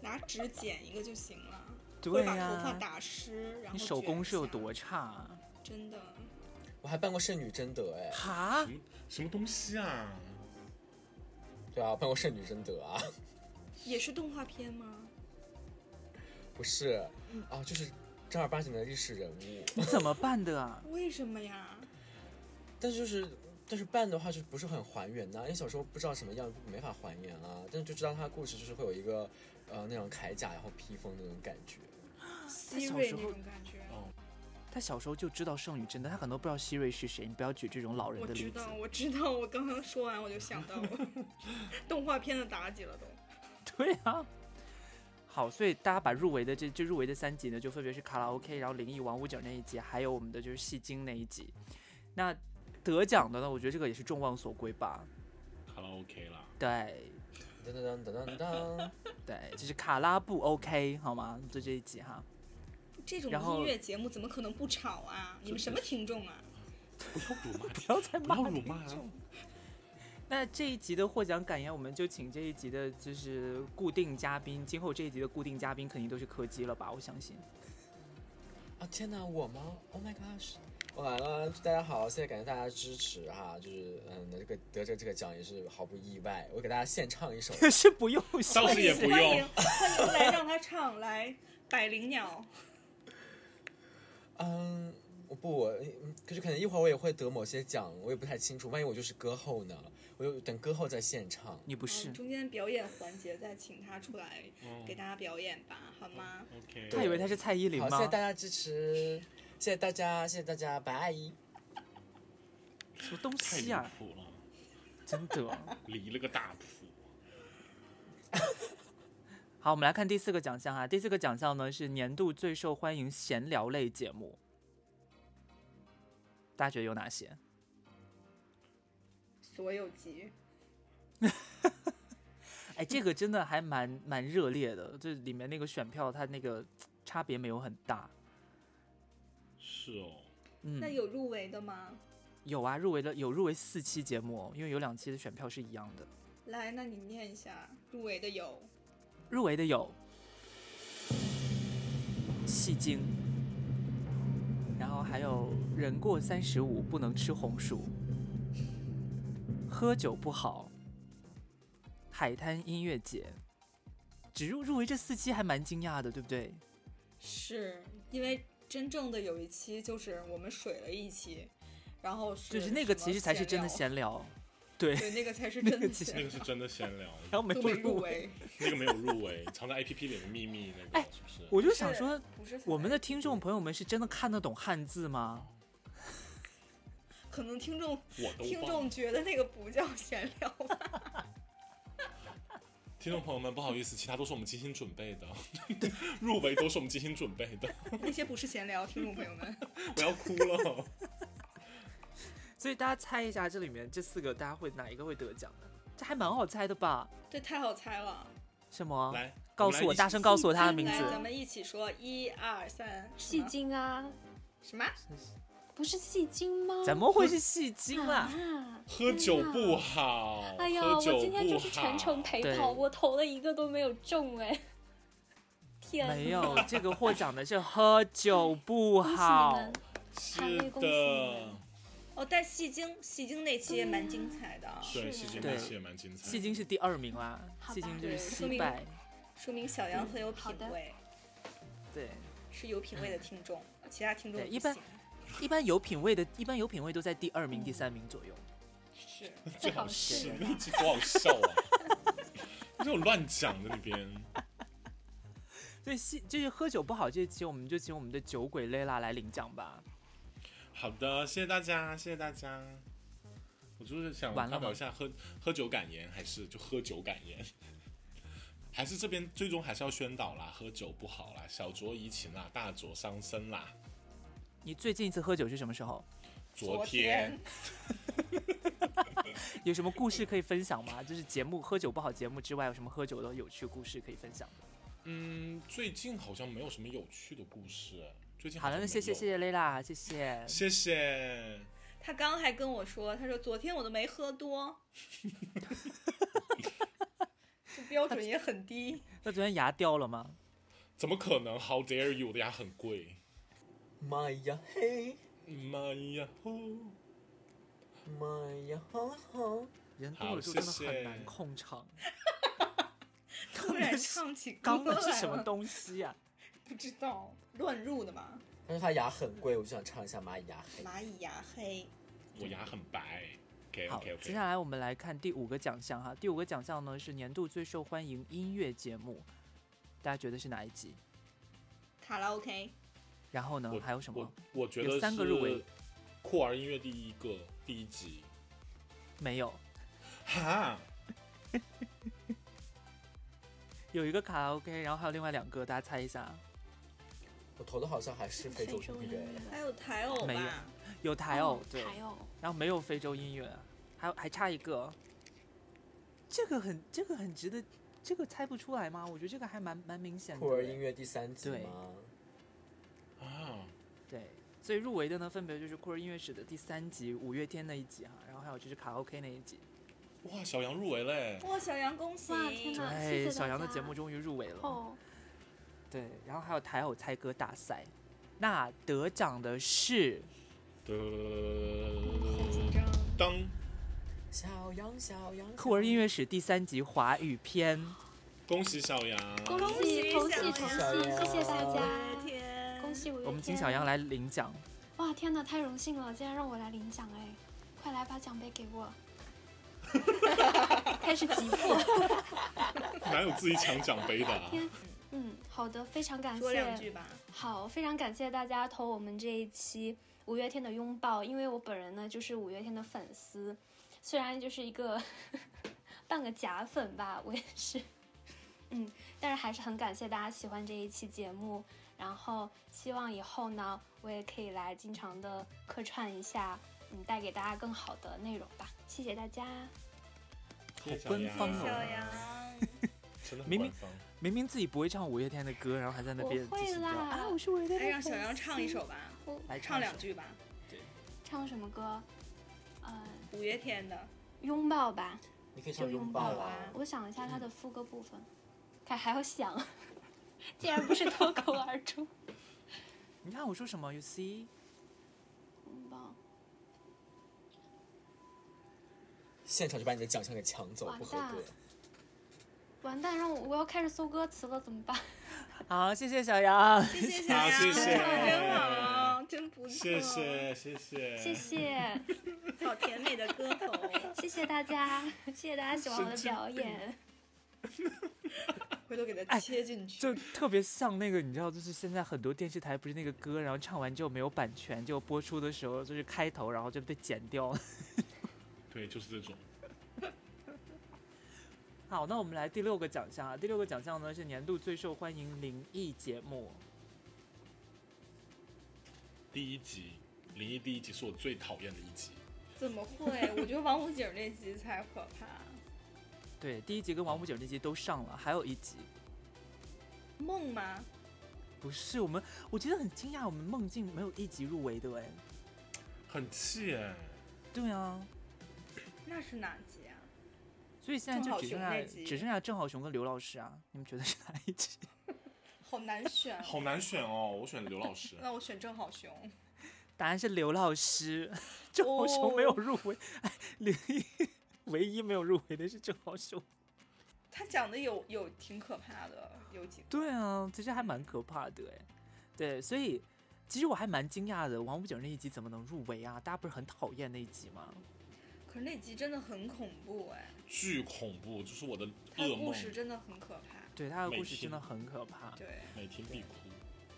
E: 拿纸剪一个就行了，
C: 对
E: 会
C: 呀、
E: 把头发打湿，然
C: 你
E: 后
C: 手工是有
E: 卷一下
C: 多差啊？
E: 真的？
A: 我还办过剩女贞德哎，
C: 哈
D: 什么什么东西啊？
A: 对啊，我办过剩女贞德啊，
E: 也是动画片吗？
A: 不是啊，就是正儿八经的历史人物，
C: 你怎么办的啊？
E: 为什么呀？
A: 但是就是。但是办的话就不是很还原呐、因为小时候不知道什么样，没法还原啊。但是就知道他的故事就是会有一个，呃，那种铠甲然后披风那种感觉。
E: 希
C: 小
E: 瑞
C: 时
E: 那
C: 候
E: 种感觉。
D: 哦，
C: 他小时候就知道圣女贞德，他可能都不知道希瑞是谁。你不要举这种老人
E: 我
C: 的
E: 知
C: 例子
E: 道，。我知道，我刚刚说完我就想到了动画片的妲己了都。
C: 对啊。好，所以大家把入围的这这入围的三集呢，就分别是卡拉 OK，然后灵异王屋井那一集，还有我们的就是戏精那一集。那得奖的呢，我觉得这个也是众望所归吧。
D: 卡拉 OK 啦，
C: 对
A: 噔噔噔噔噔噔，
C: 对，就是卡拉不 OK 好吗？就这一集哈。
E: 这种
C: 然后
E: 音乐节目怎么可能不吵啊？你们什么听众啊？
D: 不要辱骂，
C: 不要再
D: 不
C: 骂
D: 要辱骂啊，
C: 那这一集的获奖感言，我们就请这一集的就是固定嘉宾，今后这一集的固定嘉宾肯定都是柯基了吧？我相信。
A: 啊天哪，我吗？Oh my gosh！我来了，大家好，现在感谢大家支持哈，就是嗯，那这个得这这个奖也是毫不意外，我给大家献唱一首，
C: 可是不用
D: 倒
C: 笑
D: 是也不
E: 欢迎
D: 用。
E: 欢迎来让他唱来。百灵鸟，
A: 嗯，我不，我嗯可是可能一会儿我也会得某些奖，我也不太清楚，万一我就是歌后呢？我就等歌后再献唱。
C: 你不
E: 嗯
C: 是，
E: 中间表演环节再请他出来
D: 哦
E: 给大家表演吧，好吗？
D: OK，
C: 他以为他是蔡依林
A: 好，
C: 吗
A: 谢谢？大家支持，谢谢大家，谢谢大家，拜。
C: 什么东
D: 太离
C: 西啊？
D: 谱了，
C: 真的。
D: 离了个大谱。
C: 好，我们来看第四个奖项啊。第四个奖项呢是年度最受欢迎闲聊类节目，大家觉得有哪些？
E: 所有集，
C: 哎，这个真的还蛮蛮热烈的，这里面那个选票它那个差别没有很大。
D: 是哦，
C: 嗯，
E: 那有入围的吗？
C: 有啊，入围了有入围四期节目哦，因为有两期的选票是一样的。
E: 来，那你念一下入围的有
C: 入围的有戏精，然后还有人过三十五不能吃红薯，喝酒不好，海滩音乐节。只入入围这四期还蛮惊讶的，对不对？
E: 是因为真正的有一期就是我们水了一期，然后是
C: 就是那个
E: 什么
C: 其实才是真的
E: 闲
C: 闲聊，对，
E: 聊，对，那个 才是真
C: 那个
E: 的
C: 其实
E: 闲
D: 那
E: 聊
D: 个是真的闲聊，
C: 然后没
E: 都没
C: 有
E: 入
C: 入围。
E: 围，
D: 那个没有入围， 藏在 APP 里的秘密那
C: 哎
D: 个是不是？
C: 我就想说，
E: 不是
C: 我们的听众朋友们是真的看得懂汉字吗？
E: 可能听众
D: 我都
E: 听
D: 忘
E: 众
D: 了。
E: 觉得那个不叫闲聊 吧，
D: 听众朋友们，不好意思，其他都是我们精心准备的， 入围都是我们精心准备的，
E: 那些不是闲聊，听众朋友 们，
D: 不要哭了。
C: 所以大家猜一下，这里面这四个大家会哪一个会得奖呢？这还蛮好猜的吧？
E: 这太好猜了。
C: 什么？
D: 来，
C: 告诉我，大声告诉我他的名
E: 来，咱
C: 字。
E: 们一起说，一二三，
B: 戏精啊，
E: 什么？
B: 不是戏精吗？
C: 怎么会是戏 精啦？
B: 啊？
D: 喝酒不好，
B: 哎呀，
D: 喝
B: 我
D: 酒
B: 今天
D: 不
B: 就是全程
D: 好。
B: 陪
C: 对
B: 跑，我投了一个都没有中哎。天啊哪，
C: 没有，这个获奖的是喝酒不
B: 恭喜
C: 好
B: 你。们！
D: 是
B: 恭喜你
D: 的
B: 们，
E: 哦，但戏精，戏精那期也蛮精彩的，
D: 对，
B: 是
D: 戏
B: 啊
D: 精
C: 对
D: 那期也蛮精彩的。
C: 戏精是第二名啦，
B: 好吧
C: 戏精就是
E: 对说
C: 惜
E: 明
C: 败。
E: 说明小杨很有品
B: 好的
E: 味，
C: 对，
E: 是有品味的听众，
B: 嗯
E: 其他听众
C: 对
E: 不
C: 一般
E: 行
C: 一般有品位的，一般有品位都在第二名、第三名左右。
E: 是
B: 最
D: 最好
B: 好
D: 是
B: 是
D: 那期多好笑啊！这种乱讲的那边，
C: 所以戏就是喝酒不好这一期，我们就请我们的酒鬼 l 拉来领奖吧。
D: 好的，谢谢大家，谢谢大家。我就是想
C: 完了
D: 发
C: 吗
D: 表一下喝喝酒感言，还是就喝酒感言， 还是这边最终还是要宣导啦，喝酒不好啦，小酌怡情啦，大酌伤身啦。
C: 你最近一次喝酒是什么时候？
D: 昨
E: 天，
C: 有什么故事可以分享吗？就是节目喝酒不好节目之外，有什么喝酒的有趣故事可以分享的？
D: 嗯，最近好像没有什么有趣的故事。最近
C: 好了，
D: 像
C: 那谢
D: 没
C: 谢
D: 有
C: 谢谢 l 拉，谢谢。
D: 谢谢。
E: 他刚还跟我说，他说昨天我都没喝 多，这标准也 很低。
C: 那昨天牙掉了吗？
D: 怎么可能？How dare you！我的牙很贵。
A: 妈呀嘿，
D: 妈呀！呼
A: 妈呀吼吼，
C: 人多
D: 好
C: 了之后真的
D: 谢
C: 很
D: 谢
C: 难控场。
E: 突然 唱起歌
C: 刚的是
E: 来
C: 什么
E: 了，
C: 东西呀、
E: 不知道乱入的嘛。
A: 但是他牙很贵，我就想唱一下蚂蚁牙黑。
E: 蚂蚁牙黑，
D: 我牙很白。OK
C: 好
D: OK
C: 接
D: OK。
C: 下来我们来看第五个奖项哈。第五个奖项呢是年度最受欢迎音乐节目，大家觉得是哪一集？
E: 卡拉 OK，
C: 然后呢
D: 我
C: 还有什么
D: 我？我觉得
C: 有三个入围
D: 是酷儿音乐第一个第一集。
C: 没有，
D: 哈，
C: 有一个卡拉 OK，然后还有另外两个，大家猜一下。啊
A: 我投的好像还是非洲
B: 洲
A: 音
B: 音
A: 乐，
E: 还
B: 乐，
E: 有台偶
C: 没有
E: 吧？
C: 有台偶、对，
B: 哦还有
C: 然后没有非洲音乐，还有还差一个。这个很这个很值得，这个猜不出来吗？我觉得这个还蛮蛮明显的。
A: 酷儿音乐第三集
C: 对
A: 吗？
D: 啊，
C: 对，所以入围的呢，分别就是酷儿音乐史的第三集五月天那一集哈，啊然后还有就是卡拉 OK 那一集。
D: 哇，小杨入围嘞！
E: 哇，小杨恭喜！
B: 哇天哪嗯谢谢
C: 对，哎小
B: 大
C: 杨的
B: 家
C: 节目终于入围了。
B: 哦，
C: 对，然后还有台偶猜歌大赛。那得奖的是
D: 的
E: 好紧张。
D: 当
A: 小羊小羊，
C: 酷儿音乐史第三集华语篇，
D: 恭喜小杨，
B: 恭
E: 恭喜
B: 喜同喜
E: 小
B: 同喜，
A: 杨
B: 谢谢大
E: 我
B: 家，
E: 的天，
B: 恭！喜五月天。
C: 我们请小杨来领奖。
B: 哇，天哪，太荣幸了，竟然让我来领奖哎！快来把奖杯给我。开始急迫。
D: 哪有自己抢奖杯的、啊？
B: 嗯，好的，非常感
E: 说两
B: 谢。
E: 句吧。
B: 好，非常感谢大家投我们这一期五月天的拥抱，因为我本人呢就是五月天的粉丝，虽然就是一个 半个假粉吧，我也是，嗯，但是还是很感谢大家喜欢这一期节目，然后希望以后呢我也可以来经常的客串一下，嗯，带给大家更好的内容吧，谢谢大家。
D: 谢谢小
C: 好官
D: 杨
C: 方
E: 小
C: 哦
E: 杨，
D: 真的很
C: 明明
D: 官方。
C: 明明自己不会唱五月天的歌，然后还在那
B: 我
C: 边
B: 会
C: 就是
B: 啦
C: 啊，我是五 月天的
E: 哎，
C: 粉丝。
E: 让小杨唱一首 吧，
C: 来
E: 唱
C: 一
E: 两
C: 首
E: 句吧。
B: 唱什么歌？呃，
E: 五月天的，
B: 拥抱吧。
A: 你可以
B: 就
A: 唱
B: 拥
A: 拥
B: 抱
A: 抱
E: 啊
A: 啊。
B: 我想一下它的副歌部分，看嗯还要想， 竟然不是脱口而出。
C: 你看我说什么？You see？
B: 拥抱，
A: 现场就把你的奖项给抢走，
B: 完
A: 不合
B: 蛋
A: 格。
B: 完蛋，让我我要开始搜歌词了，怎么办？
C: 好，谢谢小杨。
E: 谢谢小
D: 好
E: 杨，
D: 谢谢
E: 唱得真好，真不错，
D: 谢，谢谢谢
B: 谢谢，
E: 好甜美的歌 喉。
B: 谢谢大家， 谢谢大家喜欢我的
D: 神经
B: 表演。
E: 回头给它切进 去。
C: 就特别像那个，你知道，就是现在很多电视台不是那个歌，然后唱完之后没有版权，就播出的时候就是开头，然后就被剪掉了。
D: 对，就是这种。
C: 好，那我们来第六个奖项啊，第六个奖项呢是年度最受欢迎灵异节目。
D: 第一集，灵异第一集是我最讨厌的一集。
E: 怎么会？我觉得王府井那集才可怕。
C: 对，第一集跟王府井那集都上了，还有一集
E: 梦吗？
C: 不是我们，我觉得很惊讶，我们梦境没有一集入围的哎。
D: 很气哎！
C: 对啊，
E: 那是哪集啊？
C: 所以现在
E: 郑
C: 就
E: 好
C: 只
E: 雄
C: 剩下
E: 那集
C: 只剩下郑好雄跟刘老师啊，你们觉得是哪一集？
E: 好难选哦。
D: 好难选哦，我选刘老
E: 。
D: 师
E: 那我选郑好雄。
C: 答案是刘老师， 郑好雄没有入围，哎，唯一 唯一没有入围的是郑好雄。
E: 他讲的有有挺可怕的，有几个。
C: 对啊，其实还蛮可怕的哎。对，所以其实我还蛮惊讶的，王府井那一集怎么能入围啊？大家不是很讨厌那一集吗？
E: 可是那集真的很恐怖哎，
D: 巨恐怖，就是我的
E: 他的
D: 噩
E: 故
D: 梦，
E: 事真的很可怕。
C: 对，他的
D: 每
C: 故事真的
D: 天
C: 很可怕。
E: 对，
D: 每天必哭。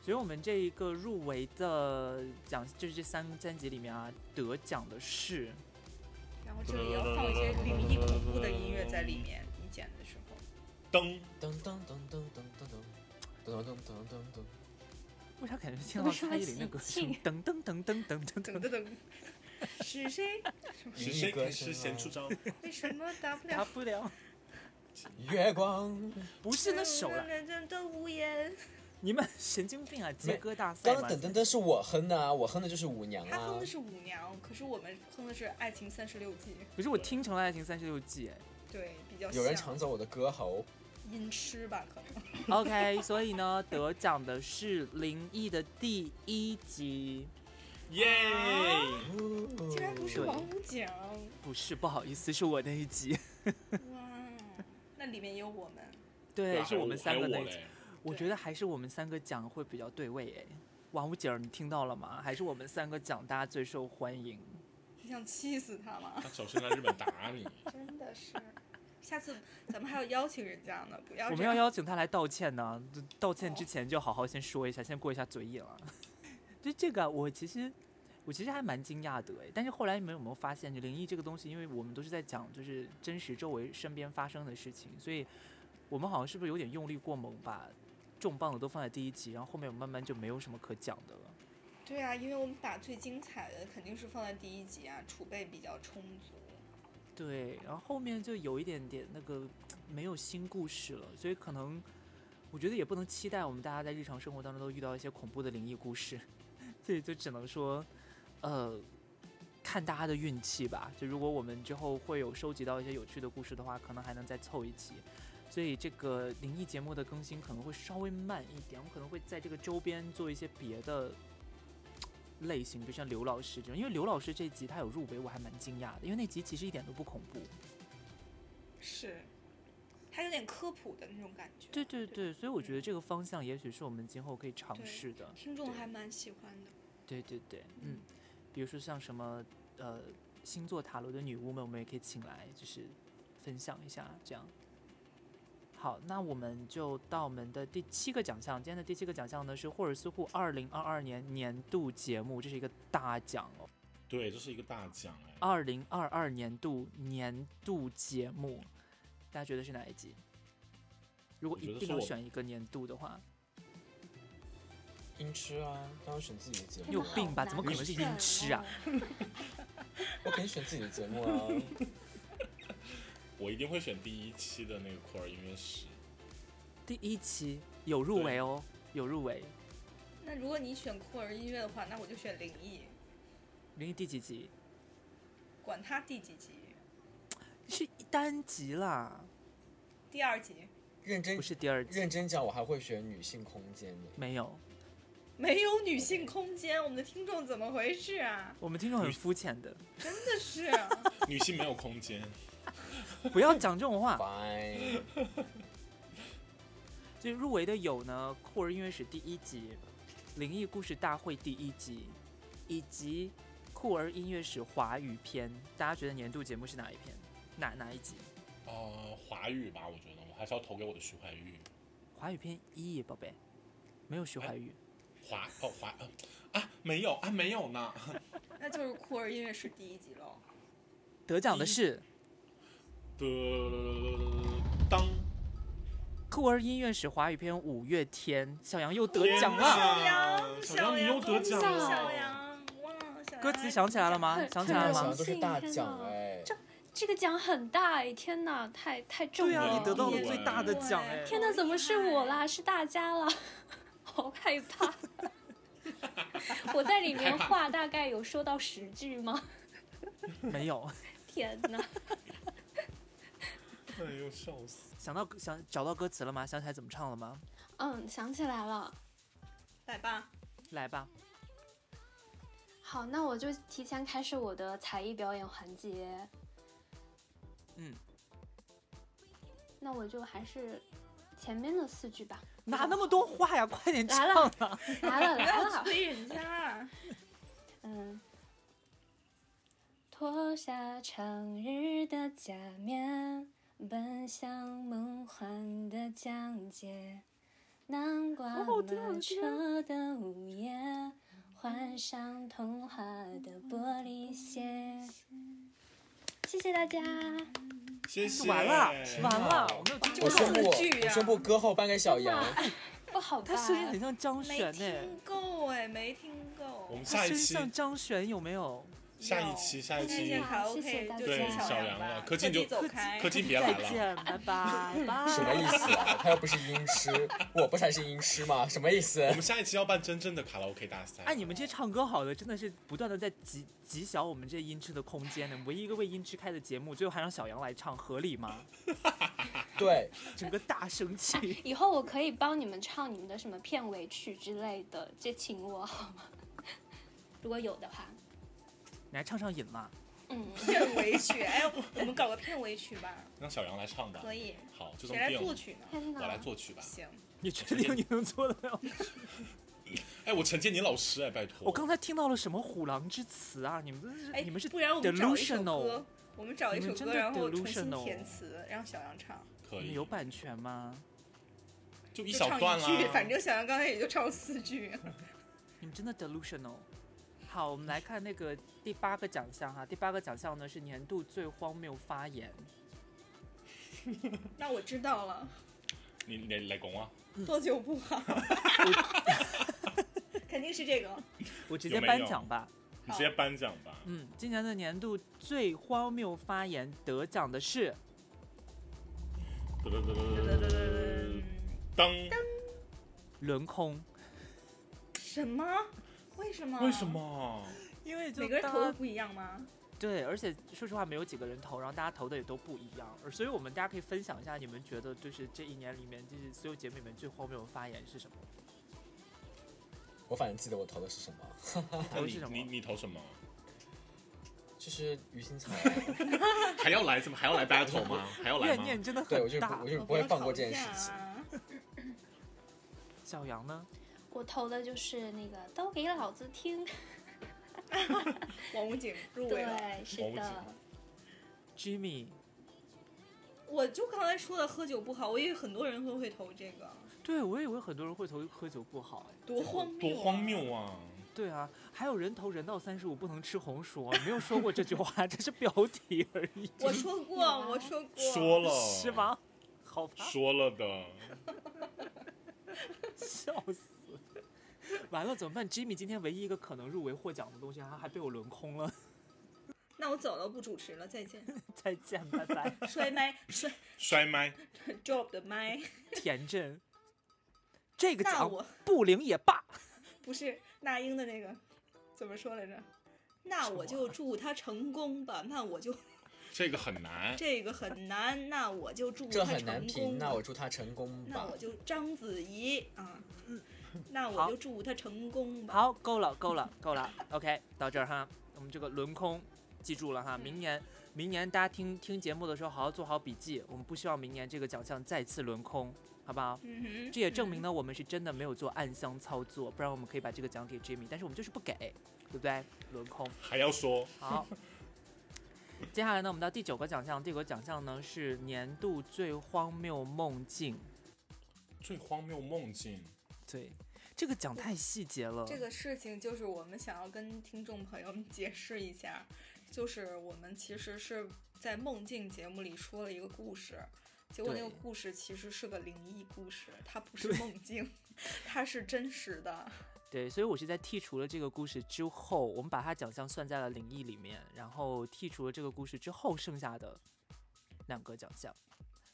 C: 所以我们这一个入围的奖，就是这三三集里面啊，得奖的是
E: 然后这里要放一些灵异恐怖的音乐在里面，你剪的时候。
D: 灯，
A: 噔噔噔噔噔噔噔噔噔噔噔噔。
C: 为啥感觉听到
B: 是
C: 蔡
B: 很
C: 依林的
B: 喜
C: 歌声
B: 庆
C: 噔噔噔噔噔噔
E: 噔
C: 噔
E: 噔噔， 是谁？
D: 是谁开始先出 招？
E: 为什么打不
C: 答
E: 了？
C: 不了，
A: 月光。
C: 不是那首了，
E: 人人都无言。
C: 你们神经病啊！接歌大赛
A: 刚
C: 嘛
A: 刚，等等等是我哼的啊，我哼的就是舞娘
E: 他哼
A: 啊
E: 的。是舞娘，可是我们哼的是《爱情三十六计
C: 可是我听成了《爱情三十 六计》哎。》，
E: 对，比较
A: 有人
E: 像
A: 抢走我的歌喉，
E: 音痴吧，可能。
C: OK，所以呢，得奖的是林毅的第一集，
D: 耶！
E: 竟然不是
C: 对
E: 王五奖，
C: 不是不好意思，是我那一集，
E: 哇，那里面也有我们。
C: 对，是
D: 还有
C: 我们三个
D: 还
C: 那
D: 有
C: 一
D: 我
C: 集。
D: 嘞
C: 我觉得还是我们三个讲会比较对味哎。王五姐儿，你听到了吗？还是我们三个讲大家最受欢迎。
E: 你想气死他吗？
D: 他首先来日本打你，
E: 真的是，下次咱们还要邀请人家呢，不要
C: 我
E: 这
C: 们要
E: 样。 哦
C: 邀请他来道歉呢，这道歉之前就好好先说一下，先过一下嘴瘾了。 就这个啊，我其实我其实还蛮惊讶的哎，但是后来你们有没有发现，就灵异这个东西，因为我们都是在讲就是真实周围身边发生的事情，所以我们好像是不是有点用力过猛，把重磅的都放在第一集，然后后面我慢慢就没有什么可讲的了。
E: 对啊，因为我们把最精彩的肯定是放在第一集啊，储备比较充足。
C: 对，然后后面就有一点点那个没有新故事了，所以可能我觉得也不能期待我们大家在日常生活当中都遇到一些恐怖的灵异故事， 所以就只能说，呃，看大家的运气吧。就如果我们之后会有收集到一些有趣的故事的话，可能还能再凑一期。所以这个灵异节目的更新可能会稍微慢一点，我可能会在这个周边做一些别的类型，就像刘老师这种，因为刘老师这集他有入围，我还蛮惊讶的，因为那集其实一点都不恐怖。
E: 是，它有点科普的那种感觉。
C: 对对对，所以我觉得
E: 嗯
C: 这个方向也许是我们今后可以尝试的。
E: 听众还蛮喜欢的。
C: 对对对，嗯，比如说像什么呃星座塔罗的女巫们，我们也可以请来，就是分享一下这样。好，那我们就到我们的第七个奖项。今天的第七个奖项呢是霍尔斯户二零二二年年度节目，这是一个大奖哦。
D: 对，这是一个大奖哎。
C: 二零二二年度年度节目，大家觉得是哪一集？如果
D: 我觉
C: 一
D: 得
C: 定
D: 是
C: 要
D: 我
C: 选一个年度的话，
A: 音痴啊，当然选自己的节
C: 你有
A: 目啊，
C: 病吧？怎么可能是音痴啊？
A: 我肯定选自己的节目啊。
D: 我一定会选第一期的那个酷儿音乐史。
C: 第一期有入围哦，有入围。
E: 那如果你选酷儿音乐的话，那我就选灵异，
C: 零一第几集？
E: 管它第几集，
C: 是单集啦，
E: 第二集
A: 认真
C: 不是第二集
A: 认。真讲，我还会选女性空间 呢。
C: 没有，
E: 没有女性空间，我们的听众怎么回事 啊？
C: 我们听众很肤浅的，
E: 真的是
D: 女性没有空间，
C: 不要讲这种 话。
A: Fine，
C: 所以入围的有呢，《酷儿音乐史》第一集，《灵异故事大会》第一集，以及《酷儿音乐史华语篇》。大家觉得年度节目是哪一篇？哪哪一集？
D: 呃，华语吧，我觉得我还是要投给我的徐怀钰。
C: 华语篇一，宝贝，没有徐怀钰。
D: 华哦华呃啊没有啊没有呢，
E: 那就是酷儿音乐是第一集喽。
C: 得奖的是
D: 的当
C: 《酷儿音乐史华语篇》五月天，小杨又得奖了。
D: 天哪
E: 小杨，
D: 小杨你又得奖
B: 了
E: 小杨，哇，小杨
C: 歌词想起来了吗
B: 很？
C: 想起
A: 这
C: 来
A: 两
C: 了
A: 项
C: 吗？
A: 都是大奖哎，
B: 这个奖很大哎，天哪，太太重
C: 对
B: 了！
C: 啊，你得到了
D: 了
C: 最大的奖哎
E: 对！
B: 天哪，怎么是我啦？是大家啦， 好害 怕。我在里面话大概有说到十句吗？
C: 没有，
B: 天哪！
D: 哎呦笑死！
C: 想到想找到歌词了吗？想起来怎么唱了吗？
B: 嗯，想起来了。
E: 来吧，
C: 来吧，
B: 好，那我就提前开始我的才艺表演环节。
C: 嗯，
B: 那我就还是前面的四句吧。
C: 哪那么多话呀？ 快点
B: 来了
C: 唱啊！
B: 来了
E: 不
B: 来
E: 要
B: 了，
E: 催人家。
B: 嗯。脱下长日的假面，奔向梦幻的疆界，南瓜马车的午夜，换上童话的玻璃鞋。谢谢大家。
D: 谢谢。
C: 完了，
A: 天
C: 完了
A: 哪，
C: 我没有听
A: 我
C: 过这
A: 宣布
C: 种
E: 这么剧啊
A: 我宣布歌后颁给小杨。
B: 不好吧
C: 他？声音很像张
E: 没
C: 悬呢、
E: 听够哎，没听够
D: 我。们
C: 他
D: 下一
C: 声音
D: 期
C: 像张悬有没有？
D: 下一期，下一
E: 谢
D: 期
E: 谢卡
B: 谢谢
E: OK，
B: 大
E: 就
B: 家对。
E: 请
D: 小
E: 杨
D: 杨
E: 吧
D: 了，科技就
E: 走开，
D: 柯金别来
C: 再
D: 了，
C: 见，拜 拜，拜。
A: 什么意思啊？他又不是音痴，我不才是音痴吗？什么意 思
D: 我？们下一期要办真正的卡拉 OK 大赛。
C: 哎，你们这些唱歌好的，真的是不断的在挤挤小我们这音痴的空间呢。唯一一个为音痴开的节目，最后还让小杨来唱，合理 吗？
A: 对，
C: 整个大生气
B: 以后我可以帮你们唱你们的什么片尾曲之类的，这请我好吗？ 如果有的话，
C: 你还唱上瘾了？
B: 嗯，
E: 片尾曲，哎，我们搞个片尾曲吧，
D: 让小杨来唱吧。
E: 可以，
D: 好，就这
E: 谁
D: 么
E: 来
D: 定了
E: 作曲呢？
B: 天
D: 我来
B: 哪，
D: 作曲吧。
E: 行，
C: 你确定你能做得了？
D: 哎，我陈建宁老师哎，拜托。
C: 我刚才听到了什么虎狼之词啊？你们真是
E: 哎，
C: 你们是
E: 不然我们找一首
C: delusional
E: 歌，我们找一
C: 你
E: 首
C: 们
E: 歌，
C: 真的
E: 然后重新
C: delusional
E: 填词，让小杨唱，
C: 你
D: 可
C: 们
D: 以
C: 有，版权吗？
D: 就一
E: 就
D: 小
E: 唱
D: 段啊
E: 一
D: 啦
E: 句，。反正小杨刚才也就唱了四句。
C: 你们真的 delusional。好，我们来看那个第八个奖项哈，第八个奖项呢是年度最荒谬发言。
E: 那我知道 了，
D: 你你来拱啊，
E: 喝酒不好， 肯定是这个。
C: 我直
D: 有
C: 接
D: 没
C: 颁
D: 有
C: 奖吧。
D: 你直接颁奖吧。
C: 嗯，今年的年度最荒谬发言得奖的是
D: 噔噔噔
E: 噔
D: 噔
E: 噔噔噔
D: 噔噔，
C: 轮空，
E: 什么？为什么？
D: 为什？么？
C: 因为就
E: 每个人
C: 大
E: 投
C: 家
E: 的不一样吗？
C: 对，而且说实话没有几个人投，然后大家投的也都不一样，而所以我们大家可以分享一下你们觉得就是这一年里面就是所有节目里面最荒谬的发言是 什么？
A: 我反正记得我投的是什么，
C: 你
D: 那
C: 投的
D: 你
C: 是什
D: 你
C: 么？
D: 你投什么？
A: 就是鱼腥草啊。
D: 还要来怎么还要来 battle 吗？还要来
C: 怨
D: 吗？
C: 念真的
A: 对，我
C: 很
A: 就
C: 大
A: 不我。就
E: 我
A: 不会放过这件事
E: 要吵
A: 情
E: 架。啊
C: 小杨呢？
B: 我投的就是那个都给老子听，
E: 王武警入围了。
B: 对，是的，
C: Jimmy，
E: 我就刚才说的喝酒不好，我以为很多人都会投这个，
C: 对我以为很多人会投喝酒不好哎，
E: 多荒谬、
D: 多荒！谬啊！
C: 对啊，还有人投人到三十五不能吃红薯哦，没有说过这句话，这是标题而已，
E: 我说过，
C: 啊
E: 我说过，
D: 说了
C: 是？吗？啊好吧，
D: 哦说了的，
C: 笑死！ 完了怎么办？Jimmy 今天唯一一个可能入围获奖的东西，他还被我轮空了。
E: 那我走了，不主持了，再见。
C: 再见，拜拜。
E: 摔麦，摔
D: 摔麦，
E: drop 的麦。
C: 田震，这个
E: 那
C: 奖
E: 我
C: 不领也罢。
E: 不是那英的那个，怎么说来着？那我就祝他成功吧。那我就
D: 这个很难。
E: 这个很难， 那我就祝
A: 这
E: 他
A: 很难
E: 成
A: 评，
E: 功吧。
A: 那我祝他成功
E: 那
A: 吧
E: 我。就章子怡啊，那我
C: 嗯好
E: 就祝他成功吧。
C: 好，够了，够了，够了。OK，到这儿哈，我们这个轮空，记住了哈。明年，明年大家听听节目的时候，好好做好笔记。我们不希望明年这个奖项再次轮空，好不好？
E: 嗯哼，
C: 这也证明呢，我们是真的没有做暗箱操作，不然我们可以把这个奖给 Jimmy，但是我们就是不给，对不对？轮空。
D: 还要说
C: 好，接下来呢，我们到第九个奖项，第九个奖项呢是年度最荒谬梦境。
D: 最荒谬梦境，
C: 对，这个讲太细节了。
E: 这个事情就是我们想要跟听众朋友们解释一下，就是我们其实是在梦境节目里说了一个故事，结果那个
C: 对
E: 故事其实是个灵异故事，它不是梦境， 它是真实的。
C: 对，所以我是在剔除了这个故事之后，我们把它奖项算在了灵异里面，然后剔除了这个故事之后剩下的两个奖项。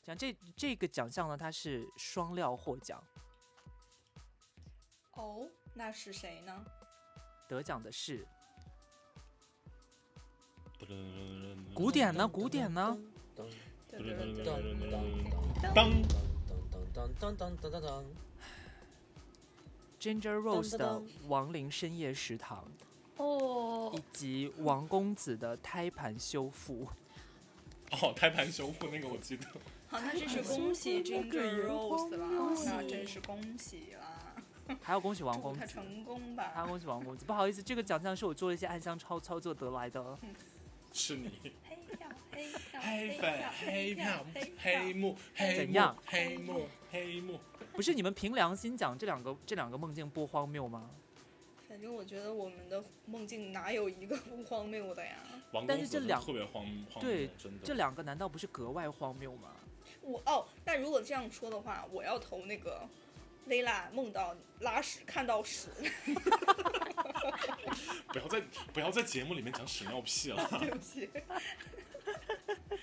C: 讲这这个奖项呢，它是双料获奖，
E: 哦，那是谁呢？
C: 得奖的是古典
A: 嗯
C: 呢，古典呢，
A: 噔
E: 对对对
A: 噔
E: 对
A: 噔噔噔
D: 当
A: 噔噔噔噔噔噔。
C: Ginger Rose 的
A: 噔
C: 《亡灵深夜食堂》。
B: 哦
C: 以，及王公子的胎盘修复。
D: 哦，胎盘修复那个我记得，
E: 好，那真是恭喜 Ginger Rose 了，
B: 喜
E: 那真是恭喜了，
C: 还要恭喜王
E: 祝
C: 公
E: 他
C: 子，
E: 成功
C: 还要
E: 吧。
C: 恭喜王公子。不好意思，这个奖项是我做了一些暗箱操操作得来的。
D: 是你。
E: 黑票，黑票，
D: 黑粉、黑票、黑
E: 黑票。
D: 幕、黑
C: 怎
D: 幕
C: 样、
D: 黑幕、黑幕。
C: 不是你们凭良心讲，这两个这两个梦境不荒谬吗？
E: 反正我觉得我们的梦境哪有一个不荒谬的呀？
D: 王
C: 但
D: 公
C: 是
D: 子
C: 这
D: 真的
C: 两
D: 特别荒荒
C: 对
D: 谬，真的。
C: 这两个难道不是格外荒谬吗？
E: 我哦，那如果这样说的话，我要投那个薇拉梦到拉屎看到屎，
D: 不要再不不要在节目里面讲屎尿屁 啊 了。
E: 对不起。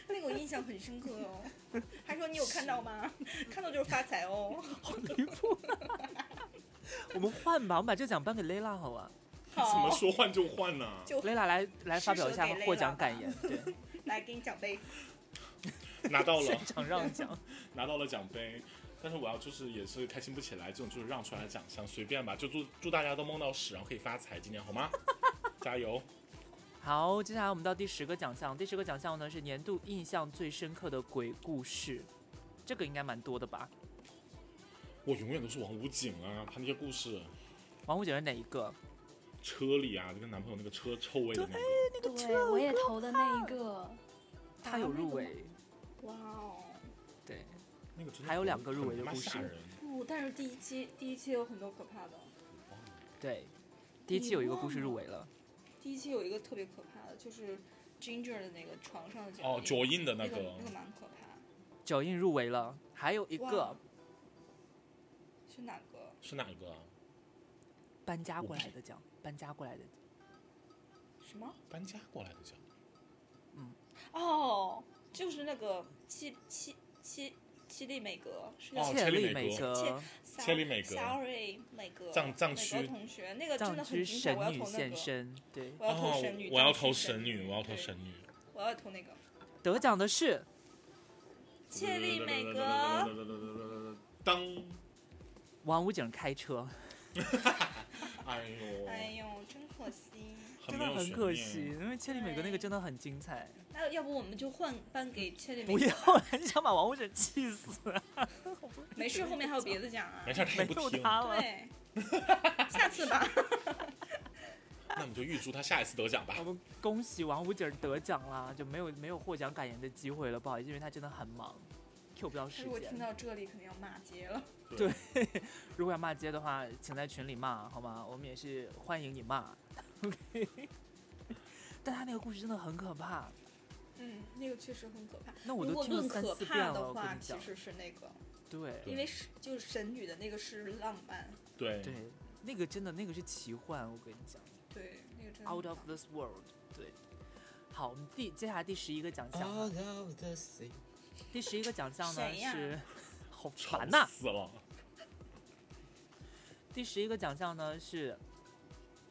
E: 那个我印象很深刻哦，他说你有看到吗？看到就是发财哦。
C: 离谱！我们换吧，我们把这个奖颁给 Lela 好了。
D: 怎么
E: 好，
D: 说换就换呢、
E: 就
C: Lela 来来发表一下
E: 施舍给
C: 获
E: Lela
C: 奖感言，对，
E: 来给你奖杯。
D: 拿到了
C: 现，场让奖。
D: 拿到了奖杯，但是我要就是也是开心不起来，这种就是让出来的奖项随便吧，就祝祝大家都梦到屎，然后可以发财，今年 好吗？加油！
C: 好，接下来我们到第十个奖项，第十个奖项呢是年度印象最深刻的鬼故事，这个应该蛮多的吧？
D: 我永远都是王武警啊，他那些故事，
C: 王五姐是哪一个？
D: 车里啊，跟男朋友那个车臭味的那个，
B: 对，我也投的那一个，
C: 她有入围，
E: 哇哦！
C: 对，
D: 那个真的
C: 还有两个
D: 很
C: 入围的
D: 很他妈
C: 故事
D: 吓人
E: 不，但是第一期第一期有很多可怕的。
C: 对，第一期有一个故事入围了，
E: 第一期有一个特别可怕的，就是 Ginger 的那个床上的脚
D: 哦，
E: 印
D: 脚印的那
E: 那
D: 个，
E: 那个蛮可怕。
C: 脚印入围了，还有一
E: 哇
C: 个
E: 是哪个？
D: 是哪一个啊？
C: 搬家过来的奖，搬家过来的奖，
E: 什么？
D: 搬家过来的奖，
E: 哦，就是那个七七七七粒美格，是叫
D: 哦
C: 切
D: 千里
C: 利
D: 美
C: 美
D: 格
C: 格，
E: Sal-
D: 千里美格
E: Sorry 美格，
D: 藏藏
E: 美
D: 区
E: 格同学，那个真
C: 藏
E: 的
C: 之
E: 很精彩，
C: 神
E: 我要
C: 女
E: 投那
C: 现
E: 个，
C: 身，对，
E: 我要投哦神女，
D: 哦我要
E: 藏
D: 投
E: 之
D: 神女，我要投
E: 对
D: 神女。哦
E: 我要投那个
C: 得奖的是
E: 切利美格，
D: 当，
C: 王武警开车，
D: 哎呦，
E: 哎呦，真可惜。
C: 真
D: 没
C: 的
D: 有
C: 很
D: 悬
C: 可
D: 念
C: 惜，因为切里美格那个真的很精彩。
E: 那要不我们就换颁给切利美
C: 不
E: 格？
C: 要， 我很想把王武警气死，
E: 没事，后面还有别的奖啊
D: 没。事，他
C: 没
D: 也不
C: 有
D: 听。
C: 他了。
E: 对，下次吧。
D: 那我们就预祝他下一次得奖吧
C: 我。们恭喜王武警得奖啦，就没有没有获奖感言的机会了，不好意思，因为他真的很忙，Q 不到时
E: 如果听
C: 间。
E: 到这里，肯定要骂街了。
C: 对如果要骂街的话，请在群里骂好吗？我们也是欢迎你骂。OK，但他那个故事真的很可怕，
E: 嗯，那个确实很可怕。
C: 那我
E: 如
C: 都
E: 果
C: 听了
E: 论
C: 三
E: 可
C: 四遍
E: 怕
C: 了。
E: 的
C: 我跟
E: 话，
C: 你
E: 其
C: 讲，
E: 实是那个，
C: 对
E: 因为是就是神女的那个是浪漫，
D: 对
C: 对，那个真的那个是奇幻，我跟你讲
E: 对，那个真的很
C: ，out of
E: 棒
C: this world。对，好，我们第接下来第十一个奖项啊
A: All，of the sea
C: 第十一个奖项呢
E: 谁呀
C: 是， 好
D: 吵
C: 烦呐、
D: 死了。
C: 第十一个奖项呢是，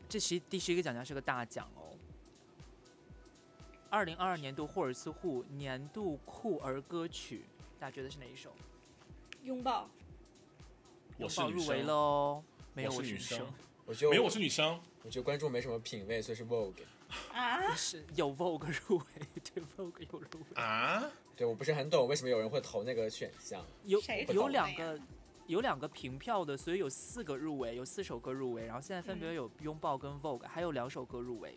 C: 这十第十一个奖项是个大奖哦。二零二二年度霍尔斯户年度酷儿歌曲，大家觉得是哪一首？
E: 拥抱，
D: 我是
C: 拥抱
D: 女
C: 入围
D: 生，
C: 喽，没有
D: 我
C: 是女
D: 是女生，
A: 我觉得
D: 没有我是女生，
A: 我觉得观众没什么品味，所以是 Vogue。
E: 啊，
C: 是 有 Vogue 入围，对 Vogue 有入围，
D: 啊，
A: 对我不是很懂为什么有人会投那个选项。
C: 有
E: 谁
C: 有
E: 投的
C: 两
E: 呀
C: 个有两个平票的，所以有四个入围，有四首歌入围，然后现在分别
E: 嗯
C: 有拥抱跟 Vogue，还有两首歌入围，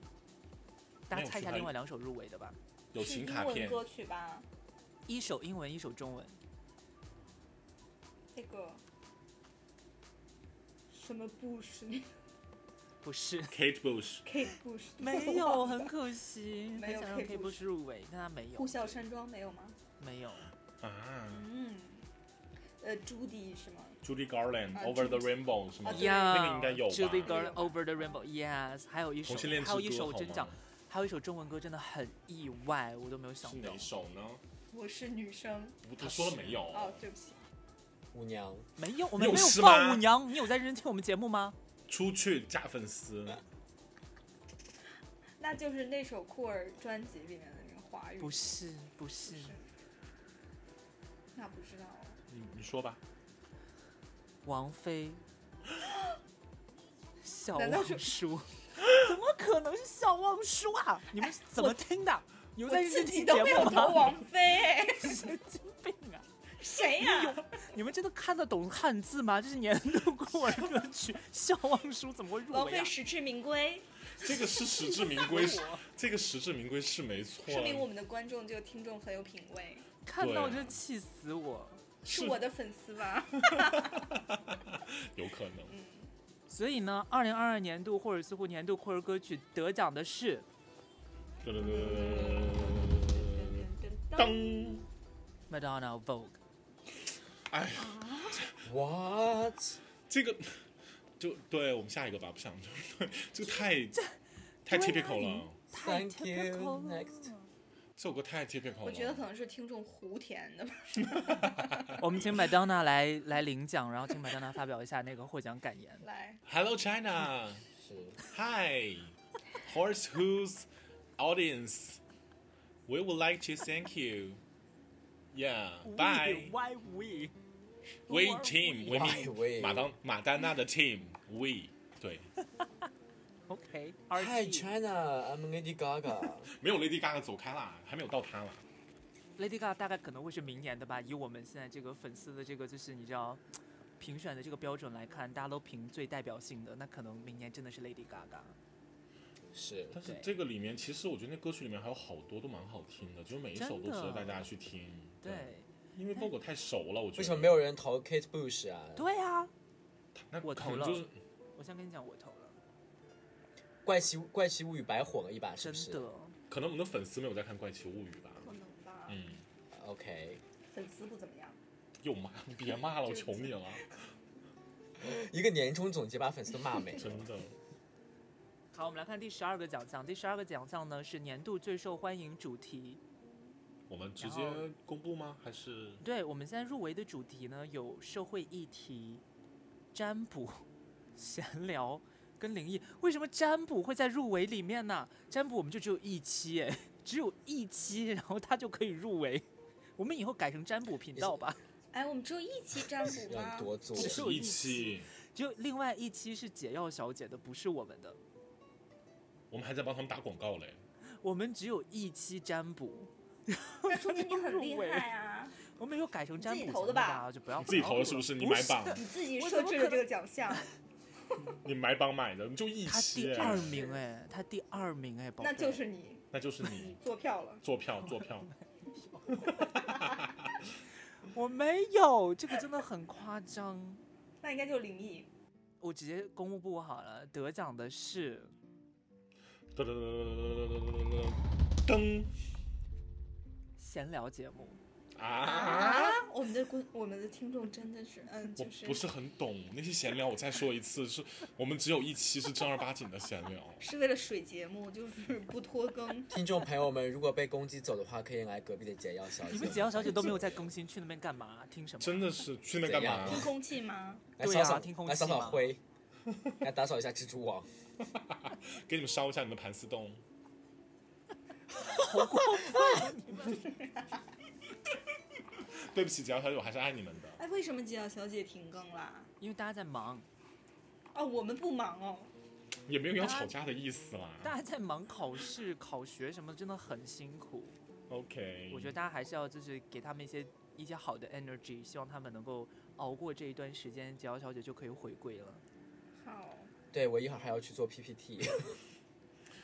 C: 大
D: 没
C: 家
D: 有
C: 猜一
D: 出
C: 下
D: 来
C: 另外两首入围的吧，
D: 友
E: 是
D: 情
E: 英
D: 卡
E: 文
D: 片，
E: 歌曲吧？
C: 一首英文，一首中文。
E: 那个什么 Bush，那
C: 不是，
D: Kate Bush，
E: Kate Bush，
C: 没有，很可惜，
E: 没
C: 很
E: 有
C: 想让
E: K
C: K
E: 不
C: 不是入围，但他没
E: 呼
C: 有，
E: 啸山庄没有吗？
C: 没有。
D: 啊
E: 嗯，呃，Judy 是吗？
D: ，Judy Garland
E: 啊
D: Over the
E: Judy-
D: Rainbow 是吗？
E: 对呀
D: 那个应该有吧
C: Judy
E: 有
C: Girl
E: 吧
C: Over the Rainbow，Yes，还有一首
D: 同性恋，之
C: 还有一
D: 歌
C: 首
D: 好
C: 真讲
D: 吗，？
C: 还有一首中文歌真的很意外，我都没有想
D: 是
C: 到
D: 哪一。首呢？
E: 我是女生，
D: 不他说了没有？
E: 哦，对不起，
A: 舞娘，
C: 没有，我们没
D: 有
C: 有
D: 事
C: 放
D: 吗
C: 舞娘，你有在认真听我们节目吗？
D: 出去加粉丝，
E: 那就是那首酷儿专辑里面的那个华语，
C: 不是，不是
E: 不，是，那不知道哦了。
D: 你你说吧。
C: 王 菲，小
E: 难道是
C: 望舒， 怎么可能是小望舒啊？你们怎么听的？你有在
E: 我
C: 认
E: 自
C: 真
E: 己
C: 听
E: 都
C: 节
E: 没有
C: 目
E: 投
C: 吗？
E: 王菲，哎
C: 神经病啊！
E: 谁 呀、
C: 你们真的看得懂汉字吗？这是年度酷儿歌曲《笑忘书》怎么会入
E: 王
C: 围啊
E: 菲？实至名归，
D: 这个是实至名归，是这个实至名归是没错。
E: 说明我们的观众这个听众很有品味，
C: 看到
D: 对啊
C: 我真的气死我！
E: 是
D: 是
E: 我的粉丝吧？
D: 有可能。
C: 所以呢，二零二二年度霍尔斯湖年度酷儿歌曲得奖的是
D: 噔噔噔噔噔噔
C: Madonna Vogue。
D: 哎，
A: What？
D: 这个就对我们下一个吧，不想就对，这个太太
F: 对啊
D: typical
F: 你
D: 了，
F: 太
A: Thank you,
F: typical 了。
A: next
D: 这首歌太 typical 了。
E: 我觉得可能是听众胡填的吧。
C: 我们请麦当娜来来领奖，然后请麦当娜发表一下那个获奖感言。
E: 来，
D: Hello China,
A: 是
D: hi, horsehooves audience, we would like to thank you. Yeah, bye.
C: Why we?
D: We team, we
A: Why we？
D: mean 马当马丹娜的 team, we 对，
C: OK，
A: Hi
C: 二
A: China，I'm Lady Gaga。
D: 没有 Lady Gaga 走开啦，还没有到她啦。
C: Lady Gaga 大概可能会是明年的吧，以我们现在这个粉丝的这个就是你知道评选的这个标准来看，大家都评最代表性的，那可能明年真的是 Lady Gaga。
A: 是，
D: 但是
C: 对
D: 这个里面，其实我觉得那歌曲里面还有好多都蛮好听的，就是每一首都值得
C: 真的
D: 大家去听。
C: 对，
D: 因为 Vogue 太熟了，我觉得。
A: 为什么没有人投 Kate Bush 啊？
C: 对啊，
D: 那
C: 我
D: 可
C: 投
D: 能
C: 了
D: 就是
C: 我先跟你讲，我投了，
A: 怪奇怪奇物语白火了一把，是
C: 真
A: 不是
C: 的。
D: 可能我们的粉丝没有在看《怪奇物语》吧？
E: 可能吧，
D: 嗯，
A: ？OK，
E: 粉丝不怎么样。
D: 又骂， 别骂了，我求 你了，
A: 一个年终总结把粉丝都骂没了。
D: 真的。
C: 好，我们来看第十二个奖项，第十二个奖项呢是年度最受欢迎主题。
D: 我们直接
C: 然后
D: 公布吗？还是
C: 对我们现在入围的主题呢有社会议题、占卜、 闲聊跟灵异。为什么占卜会在入围里面呢？占卜我们就只有一期哎， 只有一期，然后它就可以入围。我们以后改成占卜频道吧，
E: 哎，我们只有一期占卜
A: 要
E: 吗
A: 你？多做。
C: 只
D: 是
C: 有
D: 一
C: 一
D: 期
C: 期？只有另外一期是解药小姐的，不是我们的。
D: 我们还在帮他们打广告嘞。
C: 我们只有一期占卜，
E: 那说明你很厉
C: 入围
E: 害啊！
C: 我们以后改成占
E: 自己
C: 卜
E: 投
C: 节
E: 的
C: 目
E: 吧
C: 就不要
D: 你自己投的
C: 了
D: 是不是？你买榜，
E: 你自己
C: 我
E: 设
C: 怎么
E: 置
C: 可
E: 了
C: 能
E: 这个奖项，
D: 你买榜买的，你就一
C: 他
D: 期
C: 第二
D: 哎，
C: 名哎，他第二名哎，宝贝，
E: 那就是你，
D: 那就是
E: 你
D: 你
E: 做票了。
D: 做票做票。
C: 我没有，这个真的很夸张。
E: 那应该就是灵异，
C: 我直接公布好了，得奖的是
D: 噔噔噔噔噔噔
C: 闲聊节目，
D: 噔啊！
E: 啊！我们的观，我们的听众真的是，嗯，
D: 我
E: 就是
D: 不是很懂那些闲聊，我再说一次，是我们只有一期是正儿八经的闲聊。
E: 是为了水节目，就是不拖更
A: 听众朋友们，如果被攻击走的话，可以来隔壁的解药小姐。
C: 你们解药小姐都没有在更新，去那边干嘛？听什么？
D: 真的是去那干嘛？
A: 怎
E: 听空气吗？
A: 来
C: 对
A: 扫
C: 啊
A: 扫
C: 听空气
A: 来扫扫
C: 嘛
A: 灰，来打扫一下蜘蛛网。
D: 给你们烧一下你们盘丝洞。
C: 好过分！
D: 对不起，解药小姐，我还是爱你们的。
E: 哎，为什么吉小小姐停更啦？
C: 因为大家在忙，
E: 哦，我们不忙哦。
D: 也没有要吵架的意思啦。
C: 大家在忙考试、考学什么，真的很辛苦。
D: OK，
C: 我觉得大家还是要就是给他们一些一些好的 energy，希望他们能够熬过这一段时间，解药小姐就可以回归了。
E: 好，
A: 对我一会儿还要去做 PPT。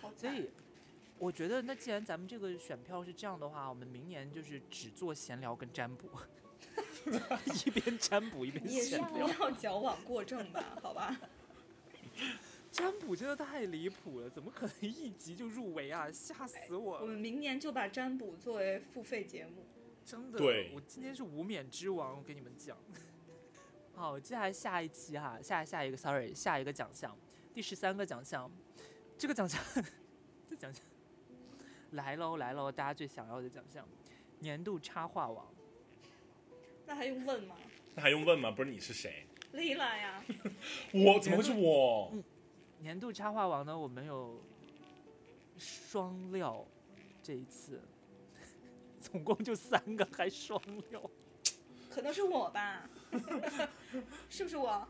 E: 好
C: 所
E: 惨
C: 以我觉得，那既然咱们这个选票是这样的话，我们明年就是只做闲聊跟占卜， 一边占卜一 边
E: 也是啊
C: 闲
E: 不
C: 聊。
E: 要矫枉过正吧，好吧？
C: 占卜真的太离谱了，怎么可能一集就入围啊？吓死我
E: 我
C: 了！
E: 们明年就把占卜作为付费节目。
C: 真的，
D: 对
C: 我今天是无冕之王，我跟你们讲。 好，接下来下一期哈、下下一个，sorry，下一个奖项，第十三个奖项，这个奖项，这奖项 来喽来喽，大家最想要的奖项，年度插画王。
E: 那还用问吗？
D: 那还用问吗？不是你是谁？
E: 丽拉呀，
D: 我怎么会是我？
C: 年度插画王呢，我们有双料，这一次 总共就三个，还双料，
E: 可能是我 吧？是不是我？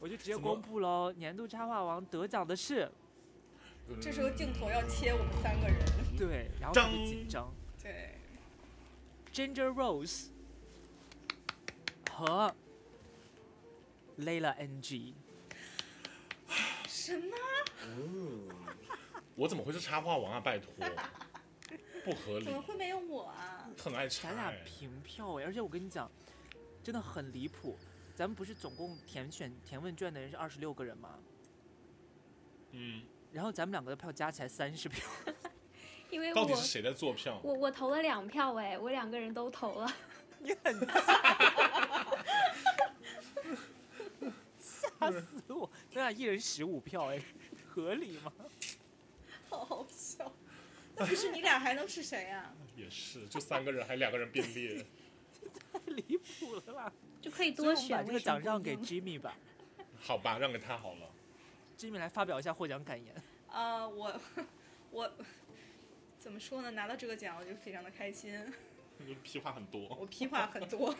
C: 我就直接
D: 怎么
C: 公布喽。年度插画王得奖的是
E: 这时候镜头要切我们三个人。
C: 对，然后特别
D: 张
C: 紧张
E: 对，
C: ，Ginger Rose 和 Layla NG。
E: 什么？
C: 嗯
D: 我怎么会是插画王啊？拜托，不合理
E: 怎，么会没有我啊？
D: 很爱插、
C: 咱俩
D: 哎。
C: 平票哎，而且我跟你讲，真的很离谱。咱们不是总共填选填问卷的人是二十六个人吗？
D: 嗯，
C: 然后咱们两个的票加起来三十票，
B: 因为
D: 到
B: 哎我
D: 底是谁在做票？
B: 我我投了两票哎，我两个人都投了。
C: 你很吓死我！咱俩一人十五票，哎，合理吗？
E: 好好笑。那不是你俩还能是谁啊？
D: 也是，就三个人，还两个人并 列。
C: 太离谱了吧！
B: 就可以
C: 所以
B: 多
C: 我们把
B: 选。为
C: 这个
B: 什
C: 奖
B: 么
C: 让
B: 不
C: 给
B: 用
C: Jimmy 吧
D: 好吧，让给他好了。
C: ，Jimmy 来发表一下获奖感言。
E: 呃，我我怎么说呢？拿到这个奖我就非常的开心，
D: 就屁话很多，
E: 我屁话很多。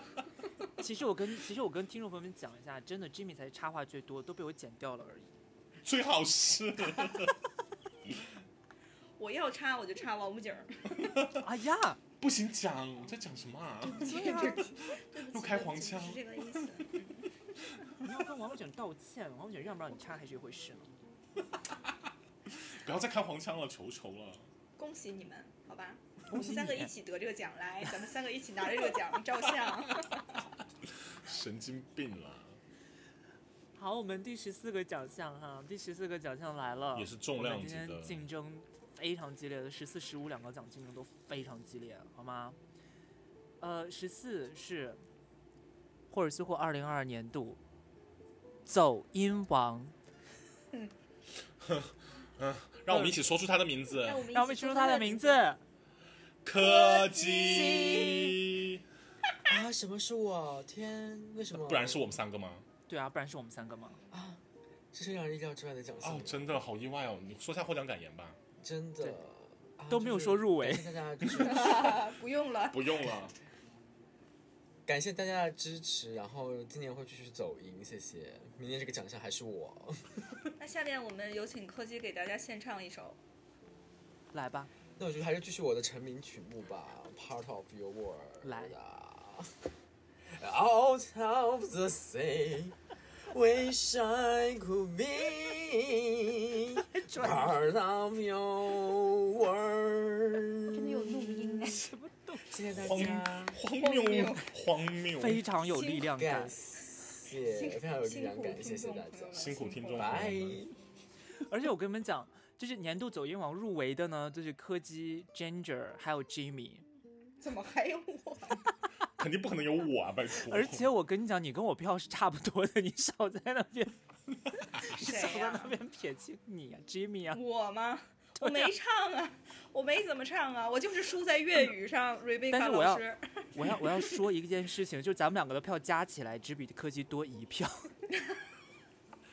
C: 其实我跟其实我跟听众朋友们讲一下，真的 Jimmy 才插话最多，都被我剪掉了而已。
D: 最好是
E: 我要插我就插王府井儿，
C: 哎呀，
D: 不行讲，我在讲什么啊？
E: 对啊，对不起
D: 又开
E: 对不
D: 黄
E: 起
D: 腔
E: 不是这个意思。
C: 你要跟王府井道歉，王府井让不让你插还是一回事呢。
D: 不要再开黄腔了，求求了。
E: 恭喜你们，好吧？我
C: 恭
E: 们
C: 喜
E: 三个一
C: 你，
E: 起得这个奖，来，咱们三个一起拿着这个奖照相。
D: 神经病啦，
C: 好，我们第十四个奖项哈，第十四个奖项来了，
D: 也是重量
C: 我们
D: 级
C: 今天
D: 的。
C: 竞争非常激烈的，十四、十五两个奖竞争都非常激烈，好吗？呃，十四是霍尔斯霍二零二二年度走音王，
D: 让我们一起说出他的名字，
E: 我们
C: 让我们说出他的名字。。
D: 柯基。
A: 啊，什么是我？天，为什么？
D: 不然是我们三个吗？
C: 对啊，不然是我们三个吗？
A: 啊，这是让人意料之外的奖项
D: 哦
A: 吗，，
D: 真的好意外哦！你说下获奖感言吧。
A: 真的
C: 对
A: 啊
C: 都没有说入围
A: 就是感谢大家的支持
E: 不用了，
D: 不用了，
A: 感谢大家的支持，然后今年会继续走赢，谢谢。明年这个奖项还是我，
E: 那下面我们有请柯基给大家献唱一首。
C: 来吧，
A: 那我觉得还是继续我的成名曲目吧，《Part of Your World》
C: 来
A: 啊。Out of the sea, wish I could be part of your world。
B: 真的有录音哎，
A: 谢谢大
D: 荒
A: 家，
D: 荒谬，荒谬，
C: 非常有力量感
A: 感。谢，非常有力量感，谢谢大家，
D: 辛苦听众朋
A: 拜
D: 友。们。
C: 而且我跟你们讲，就是年度走音王入围的呢，就是柯基、Ginger 还有 Jimmy。
E: 怎么还有我？
D: 肯定不可能有我啊，拜托。
C: 而 且我跟你讲，你跟我票是差不多的，你少在那边少
E: 谁
C: 在
E: 呀、
C: 那边撇清你啊，Jimmy 啊。
E: 我吗？我没唱啊，我没怎么唱啊，我就是输在粤语上。
C: 但
E: Rebecca
C: 是我要
E: 老师，
C: 我要我要说一件事情，就咱们两个的票加起来只比柯基多一票。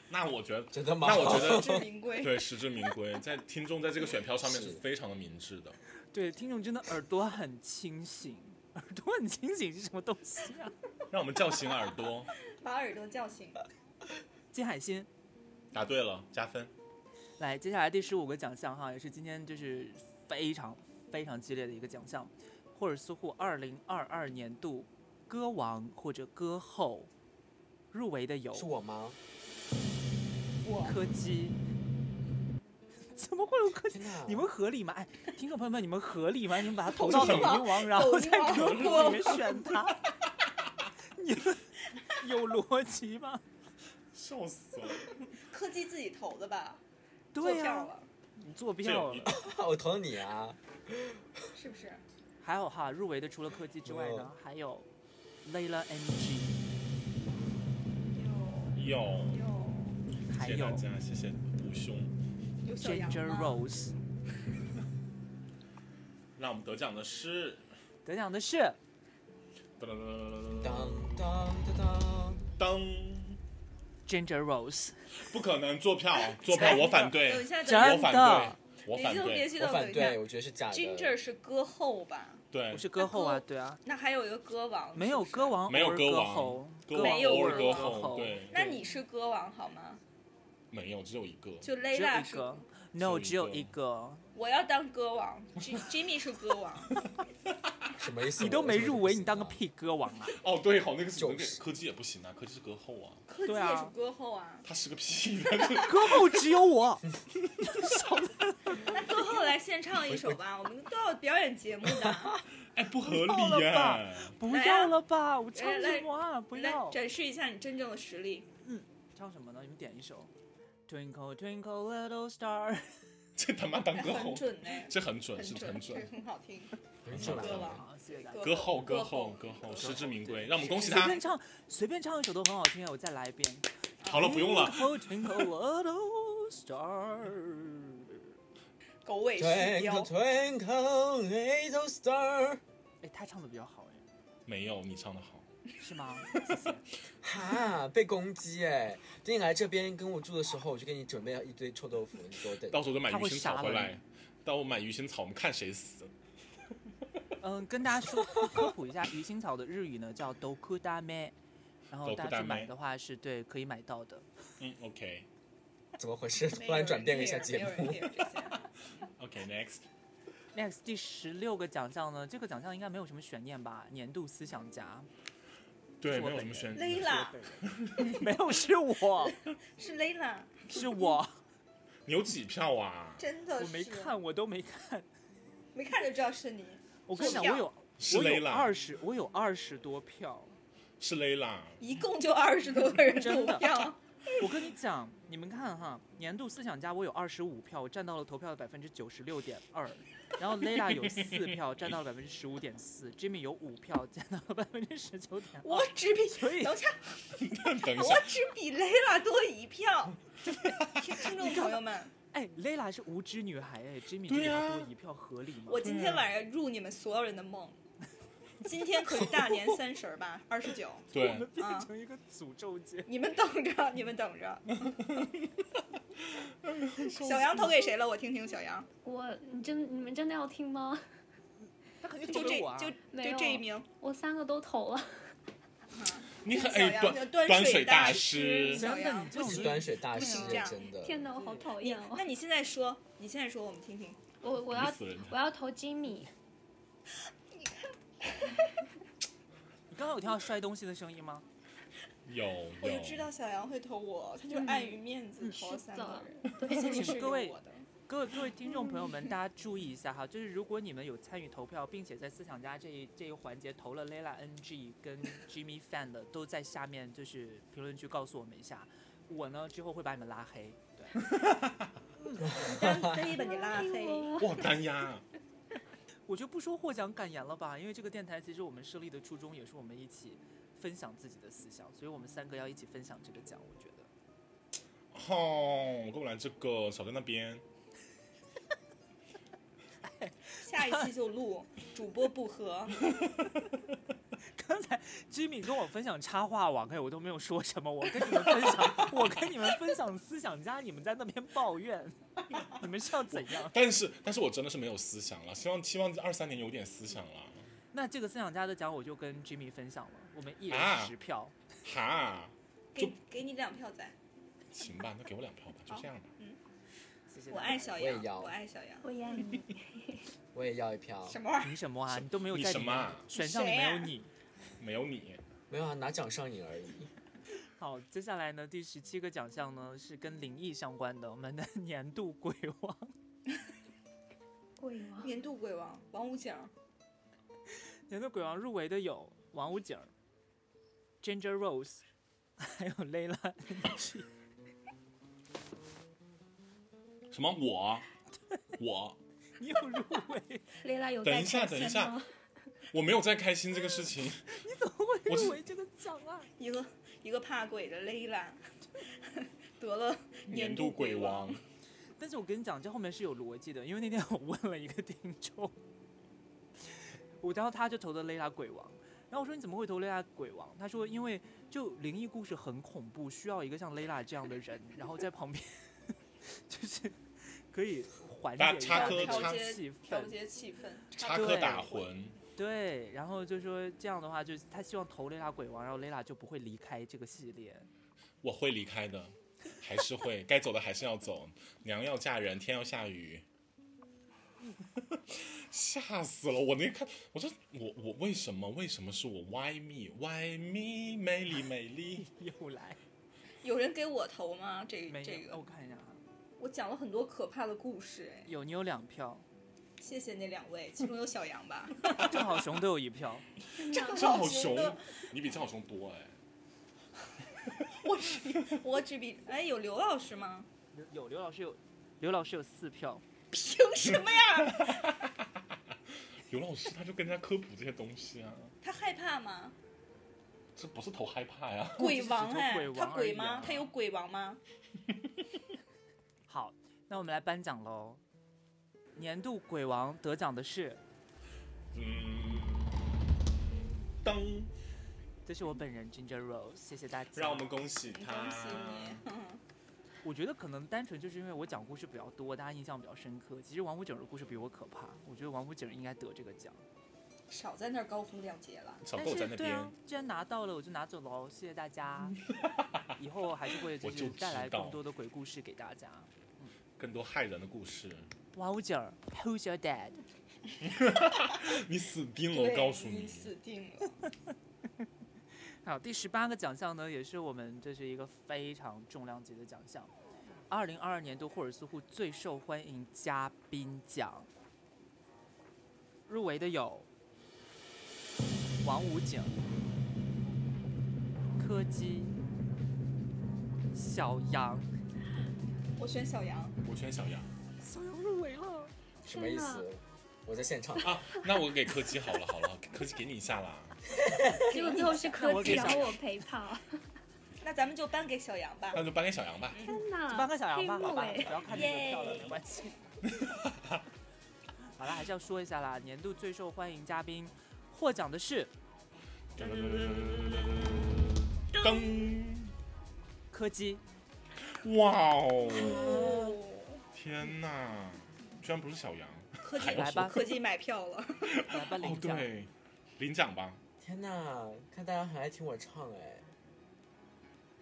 D: 那我觉得，
A: 真的吗？
D: 那我觉得
E: 实至呃名归。
D: 对，实至名归，在听众在这个选票上面是
A: 是
D: 非常的明智的。
C: 对，听众真的耳朵很清醒，耳朵很清醒是什么东西啊？
D: 让我们叫醒耳 朵，
E: 把耳朵叫醒。
C: 金海心，
D: 答对了，加分。
C: 来，接下来第十五个奖项哈，也是今天就是非常非常激烈的一个奖项，霍尔斯户二零二二年度歌王或者歌后入围的有
A: 是我 吗？
E: 我
C: 柯基， 怎么会有柯基？
A: 天
E: 啊
A: 哪！
C: 你们合理吗？哎，听众朋友们，你们合理吗？你们把他 投
D: 这
C: 到抖
D: 很
C: 音王，然后
E: 抖
C: 在
E: 音王
C: 歌库里面选他， 你们有逻辑吗？
D: 笑死 了！
E: 柯基自己投的吧？做
C: 对
E: 票
C: 呀、
E: 了，
C: 你作
D: 这
C: 票
D: 有
C: 了。
A: 我投了你啊！
E: 是不是？
C: 还有哈，入围的除了柯基之外
D: 哦
C: 呢，还有 Layla NG，
E: 有
D: 有，
E: 有
C: 还
D: 谢谢大
C: 有
D: 家，谢谢武兄。
E: 有小羊
C: Ginger
E: 吗？
C: Rose。
D: 让我们得奖的是，
C: 得奖的是
D: 当当
A: 当当当当，
D: 当，
C: Ginger Rose，
D: 不可能做票，做票我反
E: 等一
D: 对，
E: 下，
C: 真
E: 等
D: 我
E: 一下
D: 反
C: 的
D: 对，我
E: 别
D: 反
E: 激动，别
D: 对，
E: 激
A: 我
E: 动，等
A: 反
E: 一下
A: 对，。我觉得是假的。
E: Ginger 是歌后吧？
D: 对
C: 我，是歌后啊，对啊，
E: 那还有一个歌王，
C: 没有
E: 是不
C: 歌
E: 是。
C: 王，
D: 没有
C: 偶尔
D: 歌
C: 歌
D: 王
C: 后，
D: 歌
E: 王
C: 王
E: 偶
C: 偶
E: 尔
C: 尔
E: 歌
C: 后，
D: 后对
E: 那你是歌王好吗？
D: 没有，只有一个。
C: 只
E: 就
C: 有
E: Layla
C: 一
E: 是，
C: 个，No，只
D: 只有
C: 有
D: 一个
C: 一个，
E: 我要当歌王，Ji-，Jimmy 是歌王，
A: 什么意思？
C: 你都没
A: 我
C: 入围，你当个！屁歌 王啊！
D: 哦，对，好，那个是
A: 就
D: 那个
A: 是
D: 柯基也不行啊，柯基是歌后啊，
E: 柯基
C: 对
E: 也
C: 啊
E: 是歌后啊。
D: 他是个屁，他 是
C: 歌后只有我，
E: 那歌后来献唱一首吧，我们都要表演节目的，
D: 哎不合
C: 到
D: 理啊
C: 了
D: 呀、
C: 吧不要了吧，我唱
E: 来来
C: 什么啊？ 不
E: 来
C: 要，
E: 展示一下你真正的实力。
C: 唱什么呢？你们点一首。Twinkle Twinkle Little Star，
D: 这他妈当歌
E: 很
D: 后，
E: 准哎，
D: 这很准，
E: 很
D: 是
E: 准，
D: 很
E: 这
D: 准
E: 个。很好听。
A: 很准
E: 歌
A: 啊！
E: 王，
C: 谢谢大家。
D: 歌
E: 歌
D: 后，
E: 后
D: 歌后，
E: 歌后
D: 歌后，
E: 歌后
D: 实至名归。
C: 对
D: 让我们恭喜
C: 随
D: 他。
C: 便唱，随便唱一首都很好听，我再来一遍。
D: 好了，不用了。
C: Twinkle Twinkle Little Star，
E: 狗尾续
A: Twinkle。
E: 貂
A: twinkle little star，
C: 哎，他唱的比较好哎，
D: 没有你唱的好，
C: 是 吗？
A: 哈，被攻击哎！等你来这边跟我住的时候，我就给你准备了一堆臭豆腐，你给我等。
D: 到时候就买
C: 他
D: 鱼
C: 会
D: 腥草
C: 杀
D: 回
C: 了
D: 来，到我买鱼腥草，我们看谁死。
C: 嗯，跟大家说科普一下，鱼腥草的日语呢叫 doku d a m 然后大家去买
D: dokudame
C: 的话是对可以买到的。
D: 嗯，OK
A: 怎么回事？
E: 没
A: 突
E: 有
A: 然
E: 人
A: 转变了一下
E: care，
A: 节
E: 没有人
A: 目。
E: care 这些
D: OK next，
C: Next 第十六个奖项呢，这个奖项应该没有什么悬念吧？年度思想家，
D: 对，
C: 是
D: 没
C: 我
D: 有什
C: 本
D: 么悬
E: 勒
D: 念。
E: 拉
C: 没有是我，
E: 是勒拉，
C: 是 我，
D: 你有几票啊？
E: 真的
C: 我
E: 是
C: 没，看，我都没看。
E: 没看就知道是你。
C: 我跟你讲，
E: 是啊
C: 我有
D: 是
C: 我
D: 勒
C: 有
D: 拉
C: 二十，我有二十多票。
D: 是勒拉，
E: 一共就二十多个人投
C: 真的
E: 票，
C: 我跟你讲，你们看哈，年度思想家我有二十五票，我占到了投票的百分之九十六点二，然后 Lena 有四票，占到了百分之十五点四，Jimmy 有五票，占到了百分之十九点
E: 我只比
C: 所以
E: 等一下，
D: 哦等一下
E: 我，只比雷拉多一 票。听听众朋友们，
C: 哎，Lena 是无知女孩哎，Jimmy
D: 对
C: 比她
D: 啊
C: 多一票合理吗
E: 我？今天晚上入你们所有人的梦。今天可是大 年三十儿吧，二十九，
C: 我
D: 对
C: 们，变
E: 啊
C: 成一个诅咒节，
E: 你们等着，你们等着。
D: 哦
E: 小杨投给谁了？我听听小杨，
B: 我你真你们真的要听吗？
C: 他肯定
E: 就
C: 投
E: 这
C: 给我啊！
E: 就
B: 没
E: 就
B: 有
E: 这一名，
B: 我三个都投了，
D: 你很
E: 小
D: 哎
E: 杨就
D: 端
E: 端
D: 端
E: 水
D: 水
E: 大
D: 大
E: 师
D: 师，
C: 真
E: 小
C: 的，
E: 杨
C: 你这
A: 你是
C: 种
A: 端水大
E: 不
A: 师
E: 行这，样
A: 真的。
B: 天哪，我好讨厌哦！
E: 那你现在说，你现在说，我们听听。
B: 我我
D: 你
B: 要
D: 死人
B: 我要投吉米，
C: 你刚刚有听到摔东西的声音吗？
D: 有
E: 我就
D: 有，嗯
E: 知道小杨会投我，他
C: 嗯
E: 就碍于面子投了三个人，而且是有我的。
C: 各位各位听众朋友们，大家注意一下哈，就是如果你们有参与投票，并且在思想家这一这一环节投了 Lela NG 跟 Jimmy Fan 的，都在下面就是评论区告诉我们一下，我呢之后会把你们拉黑。对，
E: 可以把你拉黑。
D: 哇，单压，
C: 我就不说获奖感言了吧，因为这个电台其实我们设立的初衷也是我们一起分享自己的思想，所以我们三个要一起分享这个奖，我觉得。
D: 哦，我跟我来这个，少在那边，
E: 下一期就录，主播不和，
C: 刚才 Jimmy 跟我分享插画网，哎，我都没有说什么。我跟你们分享，我跟你们分享思想家，你们在那边抱怨，你们是要怎样？
D: 但是但是我真的是没有思想了，希望希望二三年有点思想了，
C: 那这个思想家的奖我就跟 Jimmy 分享了，我们一人
D: 啊
C: 十票。
D: 哈，
E: 给给你两票仔。
D: 行吧，那给我两票吧，就这样吧，
C: 谢谢。
E: 我爱小
A: 我
E: 杨
A: 也，要
E: 我爱小杨。
B: 我爱你。
A: 我也要一票。
E: 什么玩意儿？
C: 凭什么啊？
D: 什
C: 你都没有
D: 你
C: 在
D: 什
C: 里
D: 么
C: 面
D: 啊
C: 选项里
E: 谁
C: 没有
E: 啊
C: 你。
D: 没有你，
A: 没有啊，拿奖上瘾而已。
C: 好，接下来呢，第十七个奖项呢是跟灵异相关的，我们的年度鬼王。
B: 鬼 王，
E: 年度鬼王王五景儿，
C: 年度鬼王入围的有王武景儿、Ginger Rose，还有 Layla。
D: 什么我我
C: 你有入围？
B: 蕾拉有
D: 等
B: 在
D: 一下
B: 开
D: 等一
B: 心
D: 下
B: 吗？
D: 我没有在开心这个事情，
C: 我
D: 我是
C: 入围这个奖啊！
E: 一个一个怕鬼的蕾拉， 得了
D: 年
E: 度
D: 度鬼
E: 王
D: 王。
C: 但是我跟你讲，这后面是有逻辑的，因为那天 我问了一个听众，我然后他就投的雷拉鬼王，然后我说你怎么会投雷拉鬼王？他说因为就灵异故事很恐怖，需要一个像雷拉这样的人，然后在旁边 就是可以缓
D: 把
C: 解一
D: 插
C: 下
D: 科
C: 那
D: 插
C: 个气
E: 调
C: 氛。
E: 节气氛，
D: 插科打诨，
C: 对，然后就说这样的话，就是他希望投雷拉鬼王，然后雷拉就不会离开这个系列。
D: 我会离开的，还是会该走的还是要走，娘要嫁人，天要下雨， 吓死了！我那看，我说我我为什么为什么是我？Why me？Why me？美丽美丽，
C: 又来，
E: 有人给我投吗？这
C: 没有，
E: 这
C: 我
E: 个，
C: 看一下啊，
E: 我讲了很多可怕的故事，哎，
C: 有你有两票，
E: 谢谢那两位，其中有小杨吧？
C: 正好熊都有一票。
E: 郑
B: 哦
D: 郑好
E: 雄
D: 熊
E: 的，
D: 你比郑好熊多哎。
E: 我只比我只比哎，有刘老师吗？
C: 有刘老师有，刘老师有四票，
E: 凭什么呀？
D: 刘老师他就跟人家科普这些东西啊，
E: 他害怕吗？
D: 这不是投害怕呀、
E: 鬼王
C: 只是
E: 哎，
C: 鬼王
E: 他鬼
C: 而已
E: 吗
C: 啊？
E: 他有鬼王吗？
C: 好，那我们来颁奖喽。年度鬼王得奖的是，
D: 嗯，当，
C: 这是我本人 Ginger Rose，谢谢大家。
D: 让我们恭喜他。
E: 恭喜你！
C: 我觉得可能单纯就是因为我讲故事比较多，大家印象比较深刻。其实王府井的故事比我可怕，我觉得王府井应该得这个奖。
E: 少在那儿高风亮节 了。
D: 小
C: 但
D: 狗在
C: 是
D: 那
C: 对
D: 边，
C: 啊，既然拿到了，我就拿走喽，谢谢大 家。以后还是会就
D: 我就是
C: 带来
D: 知道
C: 更多的鬼故事给大家。
D: 更多害人的故事。
C: 王府井儿，Who's your dad？
D: 你死定了，
E: 对
D: 我告诉
E: 你
D: 你。
E: 死定了。
C: 好，第十八个奖项呢，也是我们这是一个非常重量级的奖项，二零二二年度霍尔斯户最受欢迎嘉宾奖，入围的有王武警、柯基、小杨，
E: 我选小杨，
D: 我选小杨
C: 小杨入围了，
A: 什么意
B: 天哪
A: 思？我在现场，
D: 啊，那我给柯基好了，好了， 柯基给你一下啦。
B: 结果最后是
C: 我
B: 科技，
C: 给
B: 然
C: 小
B: 后我陪跑。
E: 那咱们就颁给小杨吧。
D: 那就颁给小杨吧。
B: 天哪，
C: 颁给小杨吧，
B: 黑
C: 好
B: 幕
C: 吧，
B: 哎
C: 不要看这个
E: 耶
C: 票了，没关 系。好了，还是要说一下啦，年度最受欢迎嘉宾获奖的是
D: 噔！
C: 柯基。
D: 哇哦！
E: 哦，
D: 天哪，居然不是小杨。
E: 科技
C: 来吧
E: 科技买票了。
C: 来吧，
D: 哦
C: 领，奖。
D: 对，领奖吧。
A: 天哪！看大家很爱听我唱哎，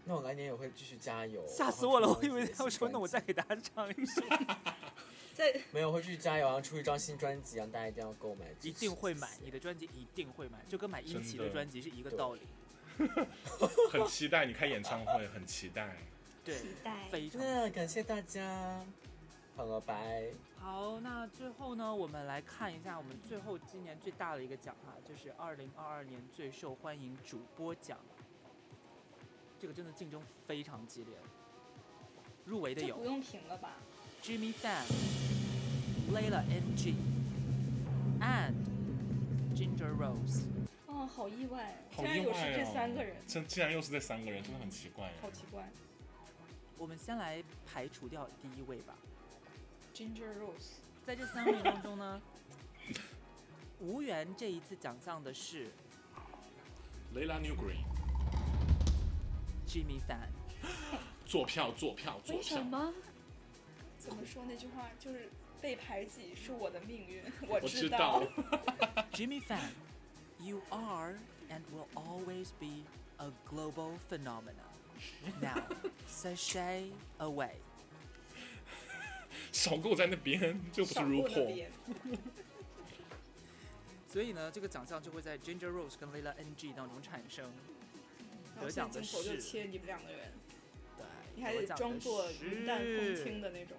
A: 那我来年也会继续加油。
C: 吓死我了！
A: 然后
C: 我
A: 出
C: 以
A: 一张
C: 为
A: 自己的
C: 他要
A: 新专辑
C: 说，那我再给大家唱一首，
E: 在
A: 没有，我会继续加油，然后出一张新专辑，让大家一定要购买，
C: 一定会买，你的专辑一定会买，就跟买英奇的专辑是一个道理。
D: 很期待你开演唱会，很期待。
C: 对，
B: 期待。
C: 非常
A: 那感谢大家，好了，拜。
C: 好。那最后呢，我们来看一下我们最后今年最大的一个奖哈，就是二零二二年最受欢迎主播奖。这个真的竞争非常激烈，入围的
E: 这
C: 有
E: 不用评了吧？
C: Jimmy Fan、Layla MG、and Ginger Rose。
E: 哦，好意外，
D: 好
E: 竟然
D: 意
E: 有
D: 外
E: 是
D: 哦！
E: 这三个人，
D: 这竟然又是这三个人，真的很奇怪。
E: 好奇怪。
C: 我们先来排除掉第一位吧。
E: Ginger Rose，
C: 在这三位当中呢，无缘这一次奖项的是
D: Layla New Green，
C: Jimmy Fan，
D: 坐票，坐票，坐
B: 为
D: 票
B: 什。么？
E: 怎么说那句话？就是被排挤是我的命运，我
D: 我知
E: 道
D: 道。，
C: Jimmy Fan，You are and will always be a global phenomenon. Now, sashay away.
D: 小狗在那边，这不是
E: 少过那
D: RuPaul。
E: 边。
C: 所以呢，这个奖项就会在 Ginger Rose 跟 Layla NG 当中产生。
E: 然后
C: 得
E: 现
C: 奖
E: 在
C: 的
E: 镜头就是切你们两个人，
C: 对，
E: 你还得
C: 得奖的
E: 装作云淡风轻
C: 是
E: 的那种。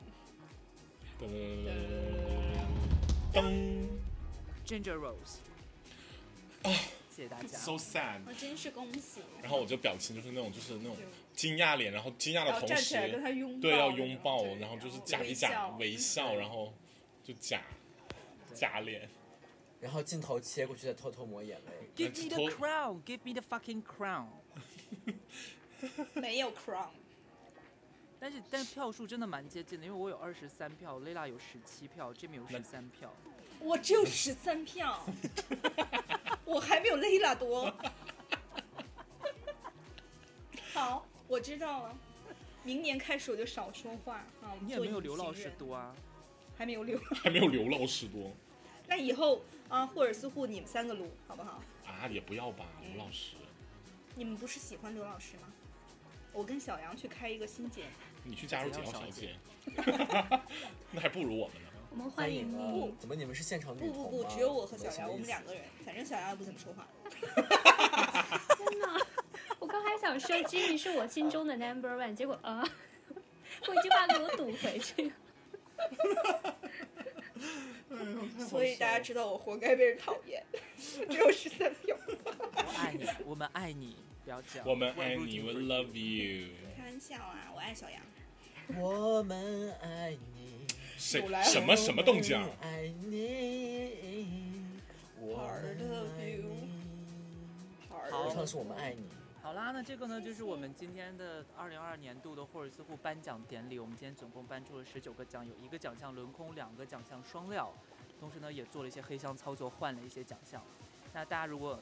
D: 噔
C: Ginger Rose。谢
E: 哦
C: 谢大 家。
D: ，so sad。
E: 我真是恭喜！
D: 然后我就表情就是那种就是那种
E: 就
D: 惊讶脸，然后惊讶
E: 然
D: 的
E: 后
D: 同
E: 站起来跟
D: 时，
E: 他拥抱，
D: 对，要
E: 那
D: 拥
E: 种
D: 抱，
E: 对嗯
D: 然后就是
E: 假
D: 假比假微笑，
C: 对
D: 然后就假
C: 对
D: 假脸，
A: 然后镜头切过去，再偷偷抹眼泪。
C: Give me the crown, give me the fucking crown。
E: 没有 crown，
C: 但是但是票数真的蛮接近的，因为我有二十三票，Layla 有十七票，Jimmy 有
D: 那
C: 十三票。
E: 我只有十 三票，我还没有 Layla 多。好，我知道了。明年开始我就少说话啊！
C: 你也
E: 做
C: 没有
E: 隐
C: 刘
E: 形
C: 老师
E: 人，
C: 多啊，
E: 还没有刘。
D: 还没有刘老师多
E: 那以后啊，霍尔斯户你们三个录好不好？
D: 啊，也不要吧，刘老师，
E: 你们不是喜欢刘老师吗？我跟小杨去开一个新节目，
D: 你去加入
C: 怎
D: 解
C: 样
D: 药
C: 少
D: 小
C: 姐
D: 姐， 那还不如我们呢。
B: 我们欢
A: 欢
B: 迎
A: 迎
B: 你哦
A: 了。，怎么你们是现场女
E: 不
A: 同
E: 不不，
A: 吗
E: 只有我和小杨，我们两。
A: 什么意
E: 个人。反正小杨也不怎么说 话。
B: 天 哪！啊我刚还想说 Jimmy 是我心中的 number one，结果呃， 我一句话给我堵回去。
E: 所以大家知道我活该被人讨厌， 只有十三票。
C: 我爱你，我们爱你，不要这样。
D: 我们爱你
C: 我
D: ，We love you。
E: 开玩笑啊，我爱小杨。
A: 思我们爱你。
D: 谁
E: 有来
D: 什么什么动静啊
A: 我？们爱你，我们爱
E: Part of you
A: 你。
E: 好
A: 我
C: 好
A: 唱的是我们爱你。
C: 好啦，啦，那这个呢，就是我们今天的二零二二年度的霍尔斯户颁奖典礼。我们今天总共颁出了十九个奖，有一个奖项轮空，两个奖项双料，同时呢也做了一些黑箱操作，换了一些奖项。那大家如果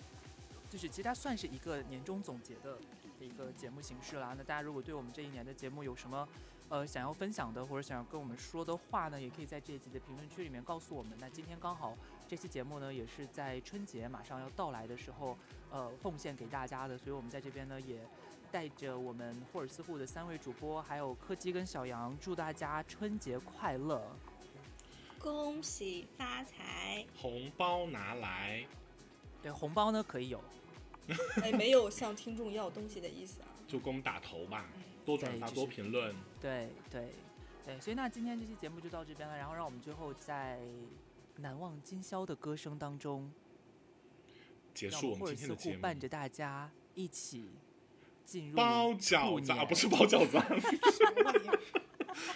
C: 就是其实它算是一个年终总结的一个节目形式啦。那大家如果对我们这一年的节目有什么呃想要分享的，或者想要跟我们说的话呢，也可以在这一集的评论区里面告诉我们。那今天刚好这期节目呢，也是在春节马上要到来的时候，呃，奉献给大家的，所以我们在这边呢也。带着我们霍尔斯户的三位主播，还有柯基跟小杨，祝大家春节快乐！
E: 恭喜发财！
D: 红包拿来，
C: 对，红包呢可以有，
E: 哎，没有向听众要东西的意思啊。
D: 就攻打头吧，多转
C: 对
D: 发，
C: 就是
D: 多评论。
C: 对对对，所以那今天这期节目就到这边了，然后让我们最后在难忘今宵的歌声当中，
D: 结
C: 让
D: 束我
C: 霍
D: 们
C: 尔
D: 今
C: 斯
D: 天的节
C: 户
D: 目。
C: 伴着大家一起进入
D: 包
C: 兔
D: 饺子
C: 年
D: 啊，不是包饺子 啊，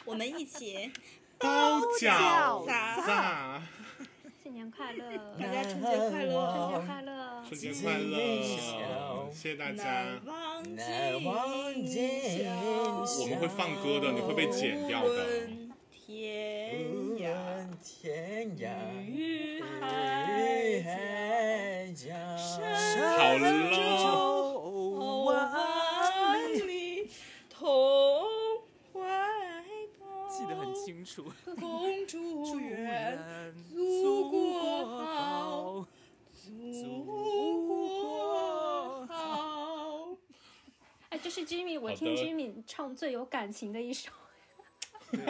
E: 我们一起，
D: 包
C: 饺
D: 饺
E: 子
D: 子啊。
G: 新年快乐，
E: 大家春节快
G: 新年
E: 乐，
G: 快乐，
D: 春节快乐！谢谢大家
E: 难。忘
A: 难忘今宵
D: 我们会放歌的，你会被剪掉的。
E: 天
A: 无
E: 涯
A: 论天涯
E: 与
A: 与
E: 海
A: 海角。
D: 好
C: 山
D: 了
C: 之
E: 角，
C: 洲万
E: 万
C: 里
E: 里同怀抱。
C: 记得很清楚。
E: 公主
C: 祝
E: 远，
C: 愿
E: 祖
C: 祖
E: 国
C: 国
E: 好
C: 好，
E: 祖国好。
G: 哎，这是 Jimmy，我
D: 好
G: 听
D: 的
G: Jimmy 唱最有感情的一 首，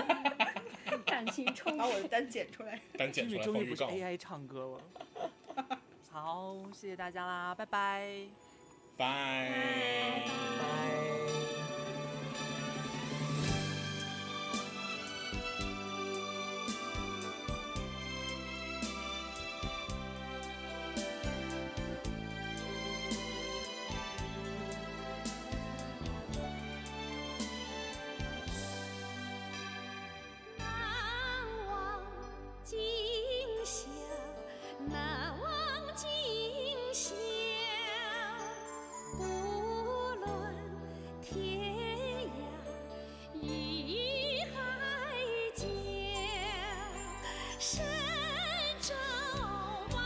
G: 感情充
E: 把
G: 沛。
E: 我的单剪出来。
D: 单剪
C: 终
D: 出
C: 于终
D: 来放
C: 于
D: 预
C: 不是
D: 告。
C: AI 唱歌了。好，谢谢大家啦，拜拜。
D: 拜。
B: 难忘今宵，难忘今宵。不论天涯与海角，神州万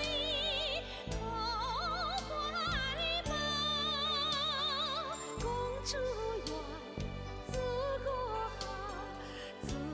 B: 里同怀抱。公主远，祖国好。祖